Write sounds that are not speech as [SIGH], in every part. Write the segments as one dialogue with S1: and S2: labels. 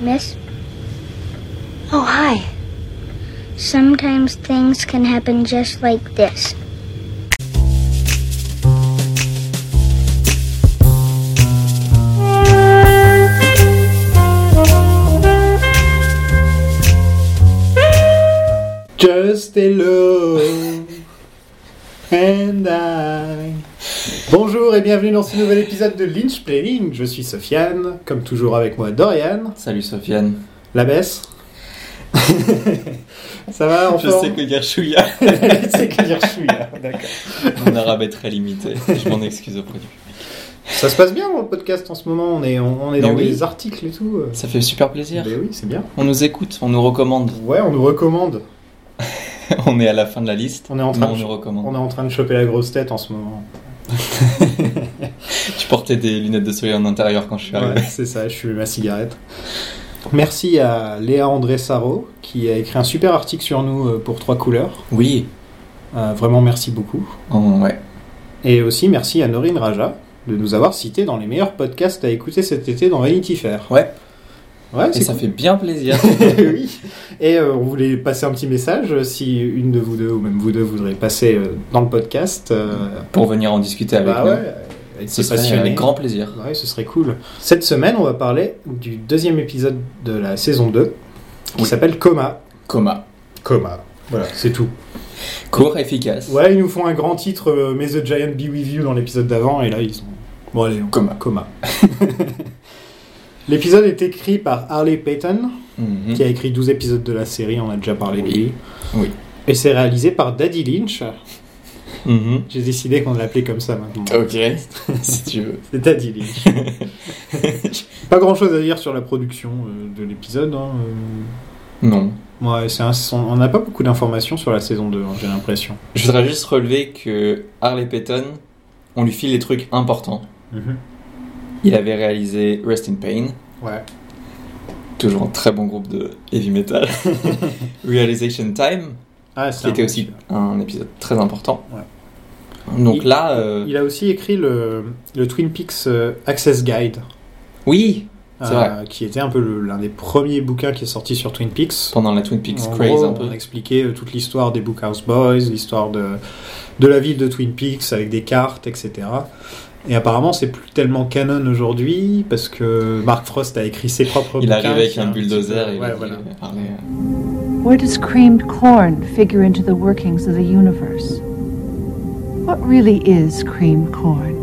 S1: Miss? Oh, hi. Sometimes things can happen just like this.
S2: Just hello and I. Bonjour et bienvenue dans ce nouvel épisode de Lynch Playing. Je suis Sofiane, comme toujours avec moi Dorian,
S3: Salut Sofiane.
S2: la baisse. [LAUGHS] Ça va en
S3: Je
S2: forme
S3: sais que Gershouya,
S2: [LAUGHS] Je sais que dire je suis là, d'accord.
S3: [LAUGHS] mon arabe est très limité. Je m'en excuse auprès du public.
S2: Ça se passe bien dans le podcast en ce moment, on est, on, on est
S3: Mais
S2: dans
S3: oui.
S2: des articles et tout. euh.
S3: Ça fait super plaisir.
S2: Mais oui, c'est bien.
S3: On nous écoute, on nous recommande. [LAUGHS]
S2: Ouais, on nous recommande.
S3: On est à la fin de la liste.
S2: On est en
S3: mais
S2: train,
S3: on
S2: de,
S3: nous recommande.
S2: on est en train de choper la grosse tête en ce moment.
S3: Tu portais des lunettes de soleil en intérieur quand je suis arrivé.
S2: Ouais, c'est ça, je fume ma cigarette. Merci à Léa André Saro qui a écrit un super article sur nous euh, pour trois couleurs.
S3: Oui.
S2: Euh, vraiment merci beaucoup.
S3: Oh, ouais.
S2: Et aussi merci à Norine Raja de nous avoir cité dans les meilleurs podcasts à écouter cet été dans Vanity Fair.
S3: Ouais.
S2: Ouais,
S3: Et
S2: c'est
S3: ça
S2: cool.
S3: fait
S2: [LAUGHS]
S3: bien plaisir.
S2: oui. Et euh, on voulait passer un petit message euh, si une de vous deux ou même vous deux voudrez passer euh, dans le podcast. euh,
S3: Pour venir en discuter avec
S2: bah
S3: nous.
S2: ouais, euh,
S3: Ce
S2: c'est
S3: serait avec
S2: passionné.
S3: grand plaisir.
S2: Ouais, ce serait cool. Cette semaine, on va parler du deuxième épisode de la saison 2 qui
S3: Oui.
S2: s'appelle Coma.
S3: Coma.
S2: Coma. Voilà, c'est tout.
S3: Court, efficace.
S2: Ouais, ils nous font un grand titre, euh, Mais the Giant Be With You dans l'épisode d'avant, et là, ils sont. Bon, allez, on-
S3: Coma.
S2: Coma. [LAUGHS] L'épisode est écrit par Harley Payton,
S3: Mhm.
S2: qui a écrit 12 épisodes de la série, on a déjà parlé de
S3: Oui.
S2: lui.
S3: Oui.
S2: Et c'est réalisé par Daddy Lynch.
S3: Mhm.
S2: J'ai décidé qu'on l'appelait comme ça maintenant.
S3: Ok. [LAUGHS] si tu veux.
S2: C'est Daddy Lynch. Pas grand chose à dire sur la production euh, de l'épisode. hein, euh.
S3: Non.
S2: Ouais, c'est un son- on n'a pas beaucoup d'informations sur la saison 2, hein, j'ai l'impression.
S3: Je voudrais juste relever que Harley Payton, on lui file les trucs importants. Il avait réalisé Rest in Pain,
S2: Ouais.
S3: toujours un très bon groupe de
S2: [LAUGHS]
S3: heavy metal. Realization Time,
S2: Ah,
S3: qui
S2: c'est
S3: était
S2: un-
S3: aussi un épisode très important. Donc
S2: Il-
S3: là, euh,
S2: Il a aussi écrit le, le Twin Peaks euh, Access Guide, euh,
S3: oui, C'est vrai.
S2: qui était un peu le- l'un des premiers bouquins qui est sorti sur Twin Peaks.
S3: pendant la Twin Peaks
S2: En
S3: craze
S2: gros,
S3: un peu.
S2: On expliquait euh, toute l'histoire des Bookhouse Boys, l'histoire de, de la ville de Twin Peaks avec des cartes, etc. Et apparemment, c'est plus tellement canon aujourd'hui parce que Mark Frost a écrit ses propres
S3: Il
S2: bouquins.
S3: arrivait avec
S2: qui
S3: un
S2: est petit
S3: bulldozer
S2: peu-
S3: et il
S2: ouais,
S3: a dit,
S2: voilà.
S3: euh, Harley, euh,
S4: Where does creamed corn figure into the workings of the universe? What really is creamed corn?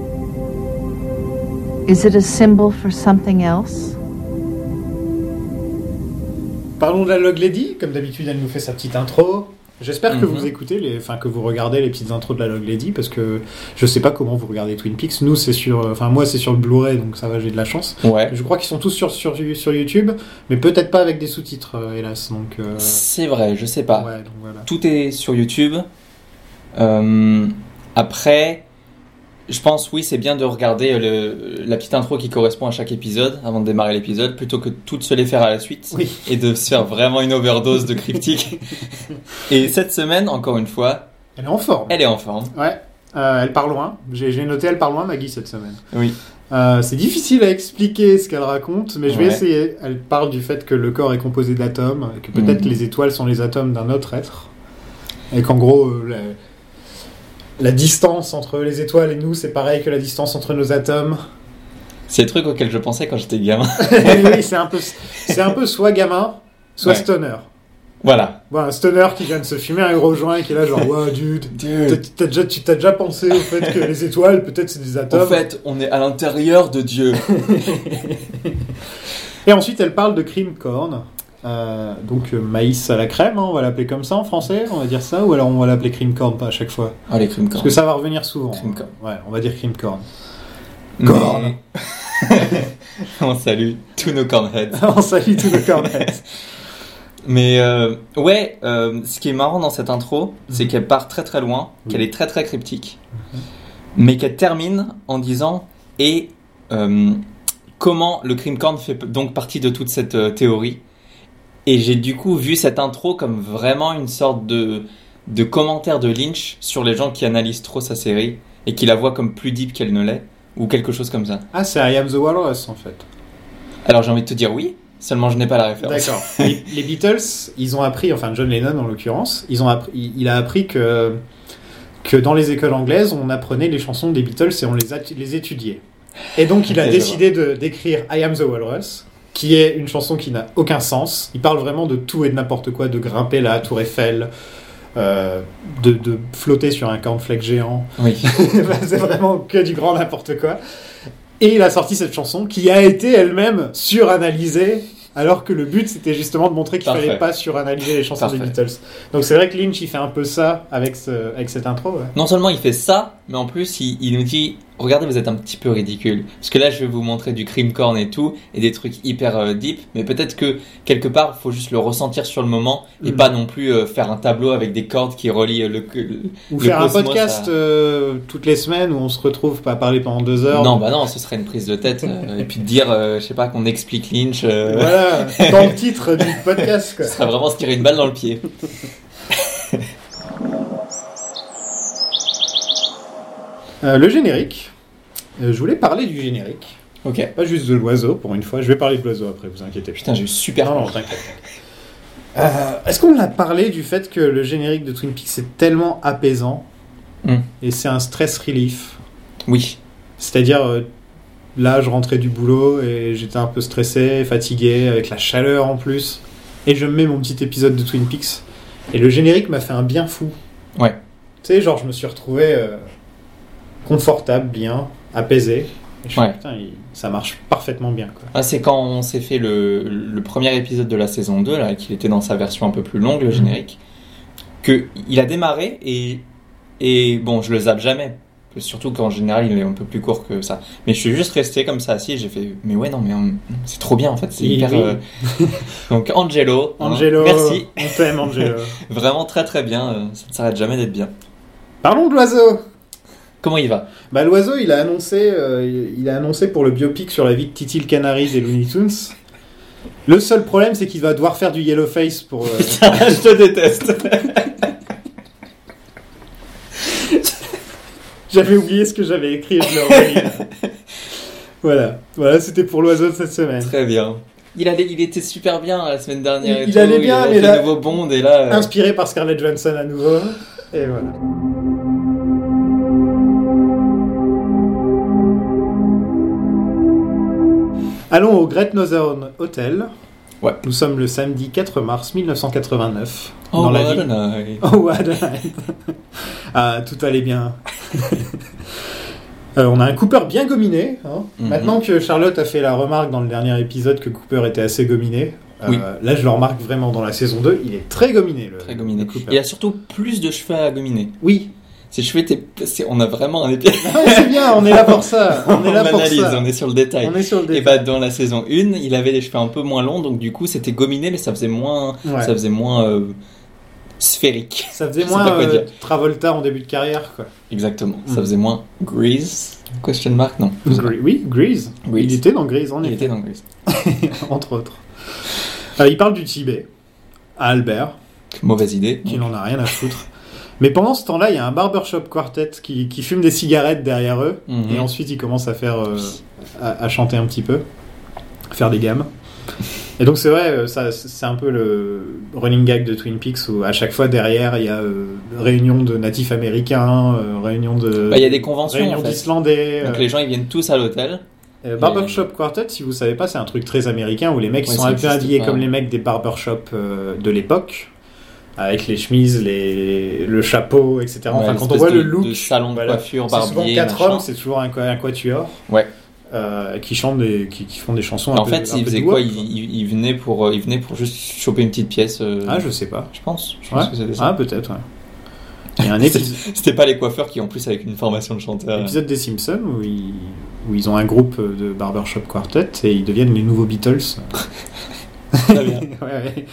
S4: Is it a symbol for something else?
S2: Parlons de la Log Lady. Comme d'habitude, elle nous fait sa petite intro. J'espère que
S3: Mhm.
S2: vous écoutez, les... enfin que vous regardez les petites intros de la Log Lady parce que je sais pas comment vous regardez Twin Peaks. Nous, c'est sur, euh, enfin moi, c'est sur le Blu-ray, donc ça va, j'ai de la chance.
S3: euh, Ouais,
S2: Je crois qu'ils sont tous sur, sur, sur YouTube, mais peut-être pas avec des sous-titres, euh, hélas. Donc, euh,
S3: c'est vrai, je sais pas.
S2: ouais, donc voilà.
S3: Tout est sur YouTube. Euh, après, je pense, oui, c'est bien de regarder euh, le- la petite intro qui correspond à chaque épisode avant de démarrer l'épisode plutôt que de toutes se les faire à la suite.
S2: Oui.
S3: et de se faire vraiment une overdose de
S2: [LAUGHS]
S3: cryptique. et cette semaine, encore une fois,
S2: Elle est en forme.
S3: elle est en forme.
S2: Ouais. Euh, elle part loin. J'ai j'ai noté elle part loin, Maggie, cette semaine.
S3: Oui.
S2: Euh, c'est difficile à expliquer ce qu'elle raconte, mais je vais
S3: Ouais.
S2: essayer. Elle parle du fait que le corps est composé d'atomes, que peut-être
S3: Mhm.
S2: les étoiles sont les atomes d'un autre être, et qu'en gros, euh, la, la distance entre les étoiles et nous, c'est pareil que la distance entre nos atomes. [LAUGHS]
S3: C'est le truc auquel je pensais quand j'étais gamin. [LAUGHS]
S2: oui, c'est un, peu- c'est un peu soit gamin, soit
S3: Ouais.
S2: stoner.
S3: voilà.
S2: Bon, un stoner qui vient de se fumer un gros joint et qui est là,
S3: [LAUGHS]
S2: genre, ouais, dude. T'as t'as déjà, tu t'as déjà pensé au fait que les étoiles, peut-être c'est des atomes.
S3: En fait, on est à l'intérieur de Dieu.
S2: Et ensuite, elle parle de cream corn. Euh, donc euh, maïs à la crème, hein, on va l'appeler comme ça en français, on va dire ça, ou alors on va l'appeler cream corn pas à chaque fois.
S3: Ah, les crimes
S2: Parce que ça va revenir souvent.
S3: Cream corn.
S2: Ouais, on va dire cream corn.
S3: Corn. [LAUGHS] on salue tous nos cornheads.
S2: [LAUGHS] on salue [LAUGHS] tous nos
S3: [LAUGHS]
S2: cornettes.
S3: Mais euh, ouais, euh, ce qui est marrant dans cette intro, c'est qu'elle part très très loin,
S2: Oui.
S3: qu'elle est très très cryptique, mais qu'elle termine en disant et euh, comment le crime corn fait donc partie de toute cette euh, théorie. Et j'ai du coup vu cette intro comme vraiment une sorte de de commentaire de Lynch sur les gens qui analysent trop sa série et qui la voient comme plus deep qu'elle ne l'est ou quelque chose comme ça.
S2: Ah, c'est I am the walrus en fait.
S3: Alors j'ai envie de te dire oui, Seulement, je n'ai pas la référence.
S2: D'accord. les, les Beatles, ils ont appris, enfin John Lennon en l'occurrence, ils ont appris, il a appris que que dans les écoles anglaises, on apprenait les chansons des Beatles et on les, a- les étudiait. Et donc, il a
S3: Ok, je
S2: décidé de d'écrire I Am the Walrus, qui est une chanson qui n'a aucun sens. Il parle vraiment de tout et de n'importe quoi, de grimper la tour Eiffel, euh, de, de flotter sur un cornflake géant.
S3: Oui.
S2: [LAUGHS] Bah, c'est vraiment que du grand n'importe quoi. Et il a sorti cette chanson qui a été elle-même suranalysée, alors que le but c'était justement de montrer qu'il
S3: Parfait.
S2: fallait pas suranalyser les chansons des
S3: Parfait.
S2: Beatles. Donc c'est vrai que Lynch il fait un peu ça avec, ce- avec cette intro. ouais.
S3: Non seulement il fait ça, mais en plus il, il nous dit Regardez, vous êtes un petit peu ridicule. Parce que là, je vais vous montrer du crime corn et tout, et des trucs hyper euh, deep, mais peut-être que quelque part, faut juste le ressentir sur le moment, et
S2: Mm.
S3: pas non plus euh, faire un tableau avec des cordes qui relient euh, le. le-
S2: Ou
S3: le
S2: faire un
S3: cosmos
S2: podcast
S3: à-
S2: euh, toutes les semaines où on se retrouve pas à parler pendant deux heures.
S3: Non, bah non, ce serait une prise de tête. euh, et puis de dire, euh, je sais pas, qu'on explique Lynch, euh,
S2: Voilà, dans le titre du podcast quoi.
S3: [LAUGHS] ce serait vraiment se tirer une balle dans le pied.
S2: Euh, le générique. Euh, je voulais parler du générique,
S3: Ok.
S2: pas juste de l'oiseau pour une fois. Je vais parler de l'oiseau après, vous inquiétez.
S3: Putain, j'ai eu super.
S2: Non, non, t'inquiète. Euh, Est-ce qu'on a parlé du fait que le générique de Twin Peaks est tellement apaisant
S3: Mm.
S2: et c'est un stress relief
S3: Oui.
S2: C'est-à-dire, euh, là, je rentrais du boulot et j'étais un peu stressé, fatigué, avec la chaleur en plus. Et je me mets mon petit épisode de Twin Peaks. Et le générique m'a fait un bien fou.
S3: Ouais.
S2: Tu sais, genre, je me suis retrouvé euh, confortable, bien, apaisé. Et je me suis dit,
S3: Ouais.
S2: putain, il- ça marche parfaitement bien, quoi.
S3: Ah, c'est quand on s'est fait le, le premier épisode de la saison 2, là, qu'il était dans sa version un peu plus longue,
S2: Mhm.
S3: le générique, que il a démarré et, et bon, je le zappe jamais. Surtout qu'en général, il est un peu plus court que ça. Mais je suis juste resté comme ça assis et j'ai fait, mais ouais, non, mais on- c'est trop bien en fait, c'est
S2: Il-
S3: hyper.
S2: oui.
S3: euh, [LAUGHS] Donc Angelo, hein,
S2: Angelo,
S3: merci,
S2: on t'aime,
S3: [LAUGHS]
S2: Angelo.
S3: vraiment très très bien, euh, ça ne s'arrête jamais d'être bien.
S2: Parlons de l'oiseau
S3: Comment
S2: [LAUGHS]
S3: il va
S2: Bah, l'oiseau, il a annoncé, euh, il a annoncé pour le biopic sur la vie de Titi le Canary des Looney Tunes. Le seul problème, c'est qu'il va devoir faire du yellow face pour. euh, [LAUGHS]
S3: Putain, je te déteste.
S2: J'avais oublié ce que j'avais écrit et je l'ai [LAUGHS] envoyé. voilà, voilà, c'était pour l'oiseau de cette semaine.
S3: Très bien. Il, allait, il était super bien euh, la semaine dernière. et
S2: Il
S3: tout,
S2: allait bien,
S3: il
S2: mais là-
S3: De nouveau Bond et là. euh,
S2: Inspiré par Scarlett Johansson à nouveau. Et voilà. Allons au Great Northern Hotel.
S3: Ouais.
S2: Nous sommes le samedi 4 mars 1989.
S3: Oh,
S2: dans la
S3: bah,
S2: ville
S3: non, oui.
S2: [LAUGHS] Oh, what a night. ah, tout allait bien. [LAUGHS] Euh, on a un Cooper bien gominé. hein.
S3: Mhm.
S2: Maintenant que Charlotte a fait la remarque dans le dernier épisode que Cooper était assez gominé, euh,
S3: Oui.
S2: là je le remarque vraiment dans la saison 2, il est très gominé. Le,
S3: Très gominé.
S2: le Cooper.
S3: Il a surtout plus de cheveux à gominer.
S2: Oui, [LAUGHS]
S3: Ses cheveux étaient. c'est- On a vraiment un épisode.
S2: Ah, c'est bien, on est là pour ça. [LAUGHS] On est là pour
S3: analyse,
S2: ça.
S3: on est sur le détail.
S2: On est sur le
S3: Et
S2: dé-
S3: bah dans la saison 1, il avait les cheveux un peu moins longs, donc du coup c'était gominé, mais ça faisait moins,
S2: Ouais.
S3: ben, ça faisait moins euh, sphérique.
S2: Ça faisait
S3: je sais pas
S2: moins
S3: quoi
S2: euh,
S3: dire.
S2: Travolta en début de carrière. Quoi.
S3: Exactement.
S2: Mm.
S3: Ça faisait moins grease. Question mark non.
S2: Gre- oui, Grease.
S3: Grease.
S2: Il était dans Grease, en
S3: Il
S2: effet.
S3: était dans grease.
S2: [LAUGHS] entre autres. Euh, il parle du Tibet à Albert.
S3: Mauvaise idée.
S2: qui n'en a rien à foutre. Mais pendant ce temps-là, il y a un barbershop quartet qui, qui fume des cigarettes derrière eux,
S3: Mhm.
S2: et ensuite ils commencent à faire, euh, à, à chanter un petit peu, à faire des gammes. Et donc c'est vrai, euh, ça, c'est un peu le running gag de Twin Peaks où à chaque fois derrière il y a euh, réunion de natifs américains, euh, réunion de,
S3: Bah, il y a des conventions.
S2: réunion
S3: en fait.
S2: d'islandais.
S3: Donc
S2: euh,
S3: les gens ils viennent tous à l'hôtel.
S2: euh, barbershop quartet, si vous savez pas, c'est un truc très américain où les mecs
S3: Ouais,
S2: sont
S3: ça
S2: un peu
S3: existe
S2: habillés
S3: pas.
S2: comme les mecs des barbershops euh, de l'époque, avec les chemises, les... le chapeau, etc. Bah, enfin,
S3: Ouais,
S2: quand on
S3: l'espèce
S2: voit le
S3: de-
S2: look,
S3: de salon de
S2: voilà.
S3: coiffure,
S2: c'est souvent
S3: barbier,
S2: quatre
S3: machin.
S2: hommes, c'est toujours un, un quatuor.
S3: Ouais.
S2: euh, qui chantent des, qui, qui font des chansons.
S3: En
S2: un peu-
S3: fait,
S2: un
S3: il
S2: peu
S3: faisait
S2: doo-wop,
S3: quoi il, il- il venait pour, euh, il venait pour juste choper une petite pièce. euh,
S2: Ah, je sais pas.
S3: je pense. Je
S2: Ouais.
S3: pense que c'était ça.
S2: Ah, peut-être. ouais.
S3: [LAUGHS]
S2: Il y a un épisode,
S3: C'était pas les coiffeurs qui, en plus, avec une formation de chanteur.
S2: épisode des Simpsons où ils, où ils ont un groupe de barbershop quartet et ils deviennent les nouveaux Beatles.
S3: [LAUGHS] Très
S2: [LAUGHS]
S3: bien.
S2: ouais, ouais.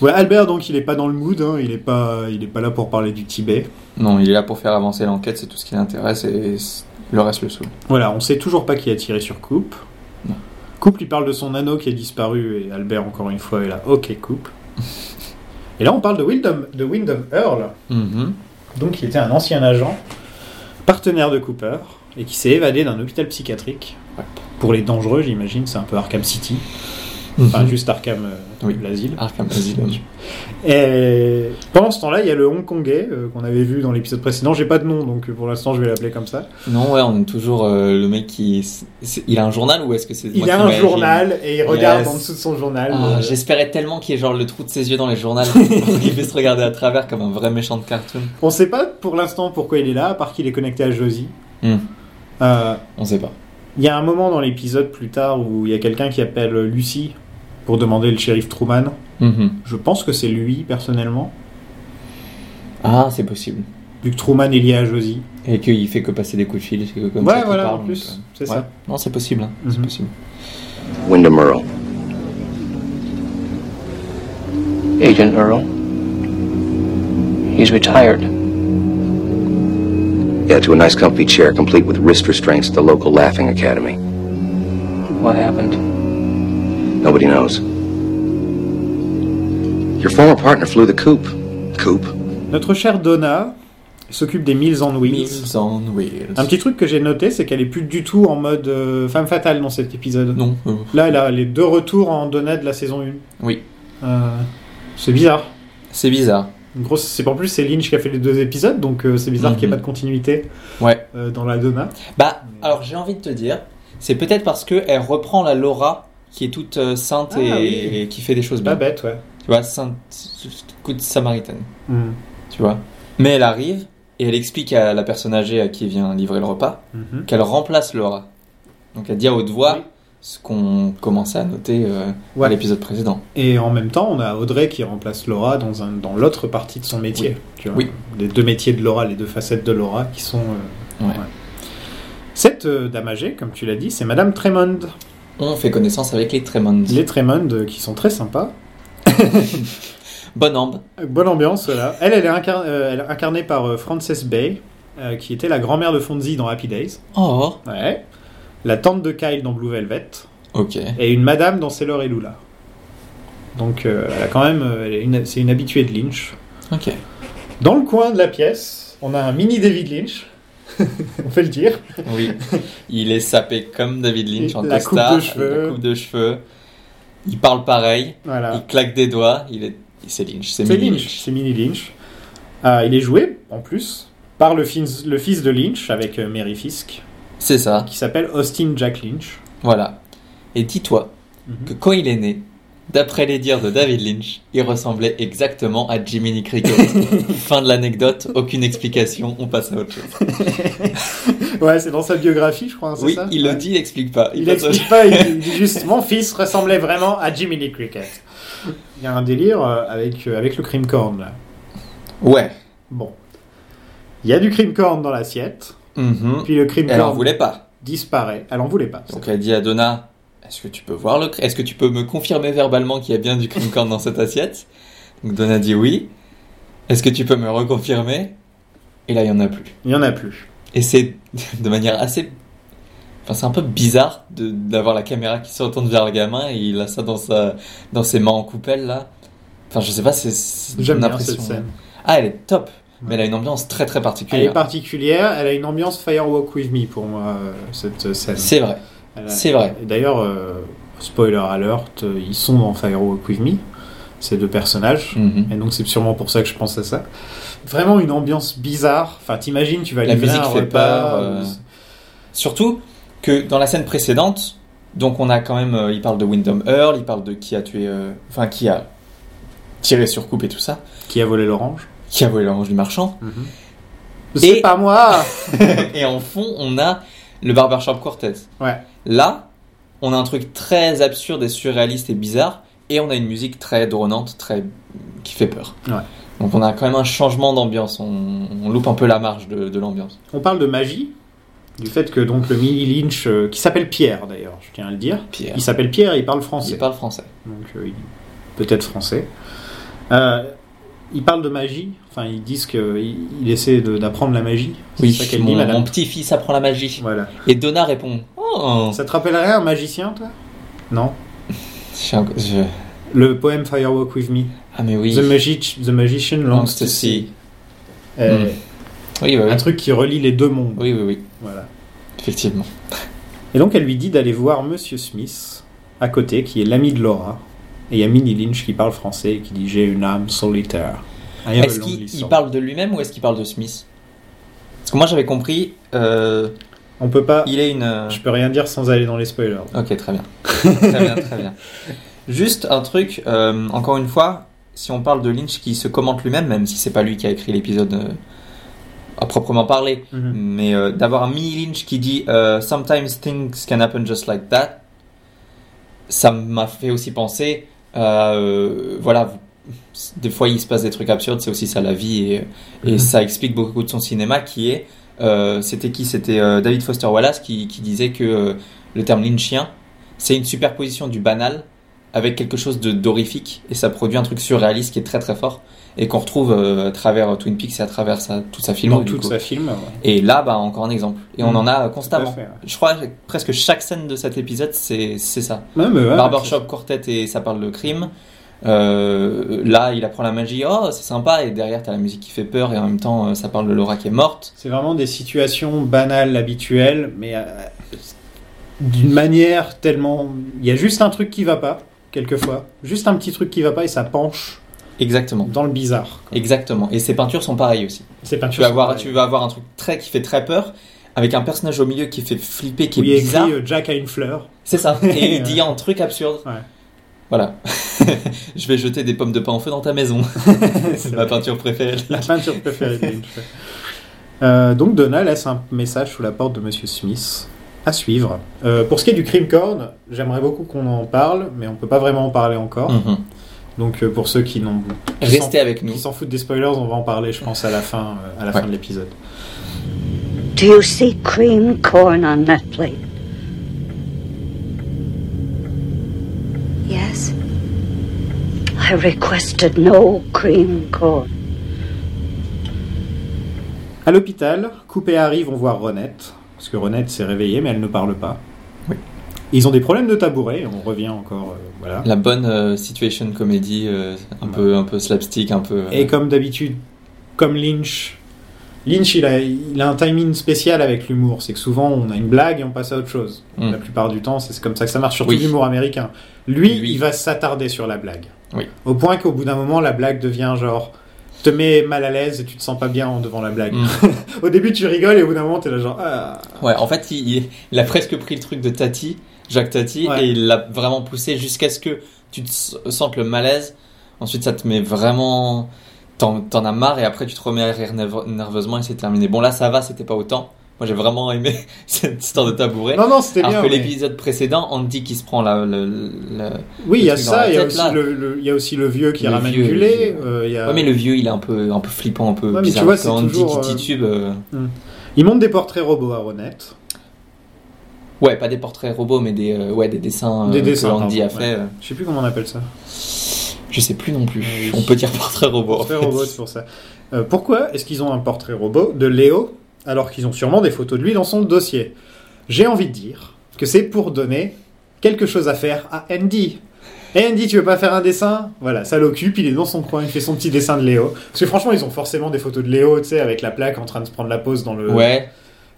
S2: Ouais, Albert, donc, il est pas dans le mood, hein, il est pas, il est pas là pour parler du Tibet.
S3: euh, Non, il est là pour faire avancer l'enquête, c'est tout ce qui l'intéresse et c- le reste le saoule.
S2: Voilà, on sait toujours pas qui a tiré sur Coupe.
S3: Non.
S2: Coupe, il parle de son anneau qui est disparu, et Albert, encore une fois, est là, ok,
S3: [LAUGHS]
S2: Coupe. et là, on parle de Wyndham, de Wyndham Earl,
S3: Mhm.
S2: donc, qui était un ancien agent, partenaire de Cooper, et qui s'est évadé d'un hôpital psychiatrique.
S3: Ouais.
S2: Pour les dangereux, j'imagine, c'est un peu Arkham City.
S3: Ah,
S2: Enfin, juste Arkham, euh,
S3: Mhm. Oui.
S2: l'asile.
S3: Arkham Asylum.
S2: Et pendant ce temps-là, il y a le Hongkongais euh, qu'on avait vu dans l'épisode précédent. J'ai pas de nom, donc euh, pour l'instant, je vais l'appeler comme ça.
S3: Non, ouais, on est toujours euh, le mec qui. c'est- Il a un journal ou est-ce que c'est. moi
S2: Il a
S3: qui
S2: un
S3: imagine
S2: journal et il regarde
S3: Yes.
S2: en dessous de son journal.
S3: Ah,
S2: euh,
S3: J'espérais tellement qu'il y ait genre le trou de ses yeux dans
S2: [LAUGHS]
S3: les journaux pour qu'il puisse regarder à travers comme un vrai méchant de cartoon.
S2: on sait pas pour l'instant pourquoi il est là, à part qu'il est connecté à Josie.
S3: Hmm.
S2: Euh,
S3: On sait pas.
S2: Il y a un moment dans l'épisode plus tard où il y a quelqu'un qui appelle Lucie pour demander le shérif Truman.
S3: Mhm.
S2: Je pense que c'est lui personnellement,
S3: Ah, c'est possible.
S2: vu que Truman est lié à Josie.
S3: Et qu'il fait que passer des coups de fil. c'est que Comme ça
S2: ouais,
S3: qu'il
S2: voilà,
S3: parle,
S2: en
S3: donc,
S2: plus,
S3: euh,
S2: c'est
S3: ouais.
S2: ça.
S3: Non, c'est possible. hein, C'est
S2: Mhm.
S3: possible.
S5: Wyndham Earl. Agent Earl. He's retired. Yeah, to a nice comfy chair, complete with wrist restraints at the local laughing academy. What happened? Nobody knows. Your former partner flew the coop. Coop?
S2: Notre chère Donna s'occupe des Mills and Wheels.
S3: Meals on Wheels.
S2: Un petit truc que j'ai noté, c'est qu'elle est plus du tout en mode euh, femme fatale dans cet épisode.
S3: Non. euh,
S2: Là, elle a les deux retours en Donna de la saison 1.
S3: oui.
S2: Euh, c'est bizarre.
S3: C'est bizarre.
S2: Une grosse... C'est pour plus, c'est Lynch qui a fait les deux épisodes, donc euh, c'est bizarre qu'il n'y ait pas
S3: Mhm.
S2: de continuité
S3: Ouais.
S2: euh, dans la Donna.
S3: Bah, alors j'ai envie de te dire, c'est peut-être parce que elle reprend la Laura qui est toute euh, sainte
S2: Ah,
S3: et,
S2: oui. Bah,
S3: et qui fait des choses
S2: Pas
S3: bien.
S2: bête, ouais.
S3: Tu vois, sainte, good samaritaine.
S2: Mhm.
S3: Tu vois. Mais elle arrive et elle explique à la personne âgée à qui vient livrer le repas
S2: Mhm.
S3: qu'elle remplace Laura. Donc elle dit à haute voix
S2: Oui.
S3: ce qu'on commençait à noter euh,
S2: Ouais.
S3: à l'épisode précédent.
S2: Et en même temps, on a Audrey qui remplace Laura dans, un, dans l'autre partie de son métier. Tu vois.
S3: Oui.
S2: Les deux métiers de Laura, les deux facettes de Laura qui sont. euh,
S3: Ouais.
S2: Cette euh, dame âgée, comme tu l'as dit, c'est Madame Tremond.
S3: On fait connaissance avec les Tremond.
S2: Les Tremond euh, qui sont très sympas.
S3: Bonne ambe.
S2: Euh, Bonne ambiance, voilà. Elle, elle est, incar- euh, elle est incarnée par euh, Frances Bay, euh, qui était la grand-mère de Fonzie dans Happy Days.
S3: Oh.
S2: Ouais. La tante de Kyle dans Blue Velvet.
S3: Ok.
S2: Et une madame dans Sailor et Lula. Donc, euh, elle a quand même. euh, elle est une- C'est une habituée de Lynch.
S3: Ok.
S2: Dans le coin de la pièce, on a un mini David Lynch. [LAUGHS] on peut le dire.
S3: Oui. [LAUGHS] Il est sapé comme David Lynch en
S2: La coupe
S3: costard,
S2: de cheveux.
S3: avec la coupe de cheveux. Il parle pareil.
S2: Voilà.
S3: Il claque des doigts. Il est. C'est Lynch. C'est
S2: C'est
S3: mini
S2: Lynch. C'est mini Lynch. Ah, il est joué, en plus, par le fils, le fils de Lynch avec euh, Mary Fisk,
S3: C'est ça.
S2: qui s'appelle Austin Jack Lynch. [LAUGHS]
S3: Voilà. Et dis-toi
S2: Mhm.
S3: que quand il est né, d'après les dires de David Lynch, il ressemblait exactement à Jiminy Cricket.
S2: [LAUGHS]
S3: fin de l'anecdote, aucune explication, on passe à autre chose.
S2: Ouais, c'est dans sa biographie, je crois, hein, c'est
S3: Oui,
S2: ça
S3: il le
S2: Ouais.
S3: dit, il explique pas.
S2: Il
S3: passe à autre
S2: explique pas, il il dit juste mon fils ressemblait vraiment à Jimmy Lee Cricket. Il y a un délire euh, avec, euh, avec le cream corn là.
S3: chose. Ouais.
S2: Bon. Il y a du cream corn dans l'assiette,
S3: Mhm.
S2: puis le cream
S3: Elle en
S2: corn
S3: voulait pas.
S2: disparaît. Elle en voulait pas.
S3: Donc elle dit à Donna, est-ce que tu peux voir le, cr- est-ce que tu peux me confirmer verbalement qu'il y a bien du cream corn dans cette assiette Donc Donna dit oui. Est-ce que tu peux me reconfirmer Et là il y en a plus.
S2: Il y en a plus.
S3: Et c'est [LAUGHS] de manière assez, enfin c'est un peu bizarre de d'avoir la caméra qui se retourne vers le gamin et il a ça dans sa, dans ses mains en coupelle là. Enfin je sais pas, c'est- c'est
S2: J'aime
S3: une
S2: bien
S3: impression-
S2: cette scène.
S3: Ah elle est top, mais
S2: Ouais.
S3: elle a une ambiance très très
S2: Elle
S3: particulière.
S2: est particulière, elle a une ambiance Firewalk With Me pour moi, euh, cette scène.
S3: C'est vrai,
S2: Elle a-
S3: c'est vrai.
S2: Et D'ailleurs, euh, spoiler alert, euh, ils sont dans Firewalk With Me, ces deux personnages.
S3: Mhm.
S2: Et donc c'est sûrement pour ça que je pense à ça. Vraiment une ambiance bizarre. Enfin, t'imagines, tu vas
S3: La
S2: livrer
S3: musique
S2: un
S3: fait
S2: repas,
S3: peur,
S2: euh,
S3: euh, Surtout que dans la scène précédente, donc on a quand même, euh, il parle de Wyndham Earl, il parle de qui a tué, euh, enfin qui a tiré sur coupe et tout ça,
S2: Qui a volé l'orange
S3: qui a volé l'orange du [LAUGHS] marchand.
S2: C'est pas moi
S3: et en fond, on a le Barbershop Quartet.
S2: Ouais.
S3: Là, on a un truc très absurde et surréaliste et bizarre, et on a une musique très dronnante, très qui fait peur.
S2: Ouais.
S3: Donc on a quand même un changement d'ambiance, on, on loupe un peu la marge de, de l'ambiance.
S2: On parle de magie, du fait que donc le mini Lynch, euh, qui s'appelle Pierre d'ailleurs, je tiens à le dire.
S3: Pierre,
S2: Il s'appelle Pierre, il parle
S3: il
S2: français.
S3: parle français.
S2: donc euh, il- peut-être français. Euh, il parle de magie, enfin ils disent qu'il il essaie de- d'apprendre la magie. C'est ça qu'elle
S3: mon,
S2: dit,
S3: mon
S2: madame.
S3: petit-fils apprend la magie.
S2: Voilà.
S3: Et Donna répond Oh
S2: Ça te rappellerait un magicien, toi Non.
S3: Je- je-
S2: Le poème Firewalk with Me.
S3: Ah, mais oui.
S2: The, magic, the Magician Longs to See. Euh,
S3: Oui, bah Hmm. oui.
S2: Un truc qui relie les deux mondes.
S3: oui, oui, oui,
S2: Voilà.
S3: effectivement.
S2: Et donc elle lui dit d'aller voir Monsieur Smith à côté qui est l'ami de Laura. Et il y a Minnie Lynch qui parle français et qui dit J'ai une âme solitaire. I have Ah, a
S3: Est-ce
S2: lonely
S3: qu'il il
S2: soul.
S3: parle de lui-même ou est-ce qu'il parle de Smith Parce que moi j'avais compris, euh,
S2: On peut pas.
S3: il est une. euh,
S2: Je peux rien dire sans aller dans les spoilers.
S3: Ok, très bien. très bien,
S2: [LAUGHS]
S3: très bien. Juste un truc, euh, encore une fois, si on parle de Lynch qui se commente lui-même, même si c'est pas lui qui a écrit l'épisode euh, à proprement parler,
S2: Mhm.
S3: mais euh, d'avoir un Minnie Lynch qui dit euh, Sometimes things can happen just like that, ça m'a fait aussi penser à. euh, voilà, vous- des fois il se passe des trucs absurdes, c'est aussi ça la vie, et, et
S2: Mhm.
S3: ça explique beaucoup de son cinéma qui est. euh, C'était qui C'était euh, David Foster Wallace qui, qui disait que euh, le terme Lynchien, c'est une superposition du banal avec quelque chose de d'horrifique, et ça produit un truc surréaliste qui est très très fort, et qu'on retrouve euh, à travers euh, Twin Peaks et à travers sa, toute sa film.
S2: Dans toute sa film. ouais.
S3: Et là, bah, encore un exemple. Et on
S2: Mm.
S3: en a euh,
S2: Tout à
S3: constamment.
S2: fait. ouais.
S3: Je crois que presque chaque scène de cet épisode, c'est c'est ça.
S2: Ouais, mais ouais,
S3: Barbershop, Quartet, et ça parle de crime. Euh, là, il apprend la magie, oh, c'est sympa, et derrière, t'as la musique qui fait peur, et en même temps, euh, ça parle de Laura qui est morte.
S2: C'est vraiment des situations banales, habituelles, mais euh, d'une manière tellement. Il y a juste un truc qui va pas, quelquefois. Juste un petit truc qui va pas et ça penche
S3: Exactement.
S2: dans le bizarre. quoi.
S3: Exactement. Et ses peintures sont pareilles aussi.
S2: C'est pas
S3: Tu vas, avoir, tu vas avoir un truc très, qui fait très peur, avec un personnage au milieu qui fait flipper, qui
S2: Où il y
S3: est
S2: a
S3: bizarre.
S2: écrit euh, Jack a une
S3: [LAUGHS]
S2: fleur.
S3: C'est ça.
S2: [LAUGHS]
S3: Et il dit un truc absurde.
S2: Ouais.
S3: Voilà. [LAUGHS] Je vais jeter des pommes de pain en feu dans ta maison. [LAUGHS] c'est ma
S2: vrai.
S3: peinture préférée.
S2: La peinture préférée de Lynch. Euh, donc Donna laisse un message sous la porte de Monsieur Smith. À suivre. Euh, pour ce qui est du crime corn, j'aimerais beaucoup qu'on en parle, mais on peut pas vraiment en parler encore.
S3: Mhm.
S2: Donc euh, pour ceux qui n'ont qui s'en-
S3: Restez avec nous.
S2: qui s'en foutent des spoilers, on va en parler, je pense, à la fin, euh, à la
S3: Ouais.
S2: fin de l'épisode.
S6: Do you see cream corn on that plate? Yes. I requested no cream corn.
S2: À l'hôpital, Coupe et Harry vont voir Renette, parce que Renette s'est réveillée, mais elle ne parle pas.
S3: Oui.
S2: Ils ont des problèmes de tabouret, on revient encore, euh, voilà.
S3: La bonne euh, situation comédie, euh, un,
S2: Ouais.
S3: peu, un peu slapstick, un peu. euh,
S2: Et comme d'habitude, comme Lynch, Lynch il a, il a un timing spécial avec l'humour. C'est que souvent on a une blague et on passe à autre chose.
S3: Mm.
S2: La plupart du temps, c'est comme ça que ça marche, surtout
S3: Oui.
S2: l'humour américain. Lui,
S3: Lui.
S2: il va s'attarder sur la blague.
S3: Oui.
S2: Au point qu'au bout d'un moment, la blague devient genre te met mal à l'aise et tu te sens pas bien en- devant la blague.
S3: Mm.
S2: [LAUGHS] au début, tu rigoles et au bout d'un moment, t'es là genre ah.
S3: Ouais, en fait, il, il- il a presque pris le truc de Tati, Jacques Tati,
S2: Ouais.
S3: et il l'a vraiment poussé jusqu'à ce que tu te s- sentes le malaise. Ensuite, ça te met vraiment. T'en t'en as marre et après, tu te remets à rire nerve- nerveusement et c'est terminé. Bon, là, ça va, c'était pas autant. Moi, j'ai vraiment aimé [LAUGHS] cette histoire de tabouret.
S2: Non non, c'était bien.
S3: Alors que
S2: mais-
S3: l'épisode précédent, Andy qui se prend la. le- le-
S2: Oui, il y a
S3: le truc dans
S2: ça.
S3: la
S2: Il y a
S3: tête,
S2: aussi
S3: là.
S2: le, le- il y a aussi le vieux qui
S3: Le
S2: ramène
S3: vieux,
S2: du
S3: le
S2: lait.
S3: vieux.
S2: euh, il y a-
S3: Ouais, mais le vieux, il est un peu, un peu flippant, un peu
S2: Ouais, mais tu
S3: bizarre.
S2: vois, c'est
S3: Andy
S2: toujours,
S3: qui
S2: euh,
S3: titube. euh,
S2: Il monte des portraits robots à Renette.
S3: Ouais, pas des portraits robots, mais des, euh, ouais, des dessins, euh,
S2: Des dessins,
S3: que Andy a
S2: pardon,
S3: fait.
S2: ouais.
S3: euh,
S2: Je sais plus comment on appelle ça.
S3: Je sais plus non plus.
S2: Oui.
S3: On peut dire portrait robot. en
S2: Portrait
S3: fait.
S2: robot, c'est pour ça. Euh, pourquoi est-ce qu'ils ont un portrait robot de Léo alors qu'ils ont sûrement des photos de lui dans son dossier J'ai envie de dire que c'est pour donner quelque chose à faire à Andy. Et Andy, tu veux pas faire un dessin Voilà, ça l'occupe, il est dans son coin, il fait son petit dessin de Léo. Parce que franchement, ils ont forcément des photos de Léo, tu sais, avec la plaque en train de se prendre la pose dans le.
S3: Ouais.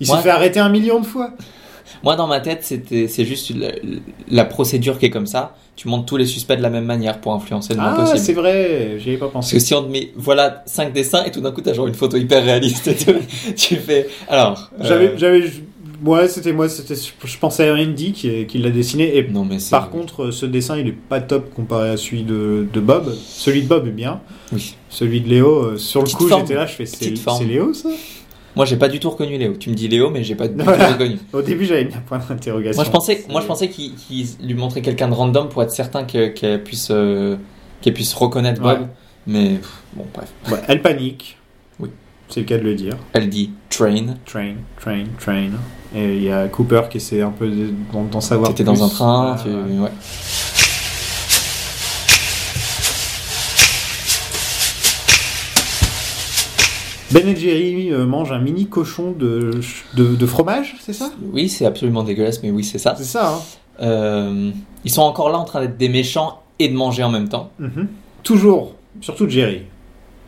S2: Il s'est
S3: Ouais.
S2: fait arrêter un million de fois.
S3: Moi, dans ma tête, c'était, c'est juste la, la procédure qui est comme ça. Tu montes tous les suspects de la même manière pour influencer le moins
S2: Ah, c'est
S3: possible.
S2: vrai, j'y avais pas
S3: Parce que
S2: pensé.
S3: si on te met, voilà, 5 dessins et tout d'un coup, t'as genre une photo hyper réaliste et tout, [LAUGHS] tu fais. Alors. euh,
S2: J'avais, j'avais, moi, c'était moi, c'était, je pensais à Andy qui, qui l'a dessiné et
S3: Non, mais c'est.
S2: Par contre, euh, ce dessin, il est pas top comparé à celui de, de Bob. Celui de Bob est bien.
S3: Oui.
S2: Celui de Léo, euh, sur le
S3: Petite
S2: coup,
S3: forme.
S2: j'étais là, je fais c'est
S3: Petite forme.
S2: c'est Léo ça
S3: Moi, j'ai pas du tout reconnu Léo. Tu me dis Léo, mais j'ai pas du
S2: [LAUGHS]
S3: tout
S2: Voilà.
S3: reconnu.
S2: Au début, j'avais mis un point d'interrogation.
S3: Moi je pensais, moi je
S2: C'est-
S3: pensais qu'il qu'il lui montrait quelqu'un de random pour être certain que- qu'elle puisse, euh, qu'elle puisse reconnaître Bob.
S2: Ouais.
S3: Mais pff, bon bref,
S2: Ouais, elle panique.
S3: Oui.
S2: C'est le cas de le dire.
S3: elle dit train.
S2: Train, train, train. Et il y a Cooper qui essaie un peu de- d'en d'en savoir
S3: T'étais
S2: plus.
S3: dans un train.
S2: Ah,
S3: tu-
S2: ouais.
S3: ouais.
S2: Ben et Jerry euh, mangent un mini cochon de, de, de fromage, c'est ça
S3: Oui, c'est absolument dégueulasse, mais oui c'est ça.
S2: C'est ça, hein
S3: Euh, ils sont encore là en train d'être des méchants et de manger en même temps.
S2: Mhm. Toujours. Surtout Jerry.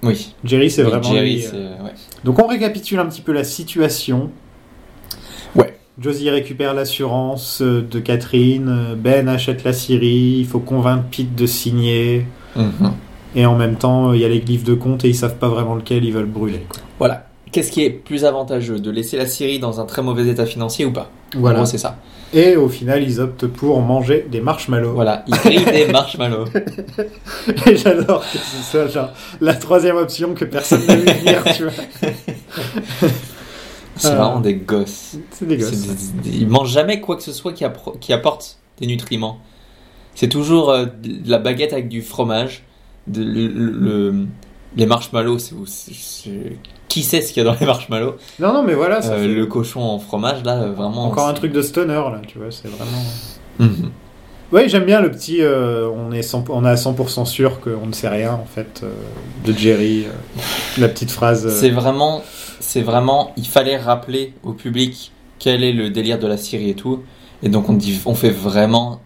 S3: Oui.
S2: Jerry, c'est
S3: Oui,
S2: vraiment
S3: Jerry,
S2: lui, euh,
S3: c'est- ouais.
S2: Donc on récapitule un petit peu la situation.
S3: Ouais.
S2: Josie récupère l'assurance euh, de Catherine, euh, Ben achète la Syrie, il faut convaincre Pete de signer,
S3: Mhm.
S2: et en même temps, euh, il y a les glyphes de compte et ils savent pas vraiment lequel ils veulent brûler. quoi.
S3: Voilà. Qu'est-ce qui est plus avantageux, de laisser la Syrie dans un très mauvais état financier ou pas En
S2: Voilà.
S3: gros, c'est ça.
S2: Et au final, ils optent pour manger des marshmallows.
S3: Voilà, il grille
S2: [LAUGHS]
S3: des marshmallows.
S2: Et j'adore que ce soit genre la troisième option que personne n'a vu venir, tu
S3: [LAUGHS]
S2: vois.
S3: C'est
S2: Euh,
S3: vraiment des gosses.
S2: C'est des gosses.
S3: C'est des- des- Ils mangent jamais quoi que ce soit qui, appro- qui apporte des nutriments. C'est toujours euh, de la baguette avec du fromage, de, le, le- les marshmallows. c'est- c'est- c'est- qui sait ce qu'il y a dans les marshmallows
S2: Non, non, mais voilà, Ah, ça
S3: Euh,
S2: fait
S3: Le cochon en fromage, là, euh, vraiment.
S2: encore un
S3: c'est-
S2: truc de stoner, là, tu vois, c'est vraiment...
S3: Mhm.
S2: Oui, j'aime bien le petit euh, on, est 100 on est à 100% sûr qu'on ne sait rien, en fait, euh, de Jerry. euh, la petite phrase... euh,
S3: C'est vraiment, c'est vraiment, il fallait rappeler au public quel est le délire de la Syrie et tout. Et donc on dit, on fait vraiment.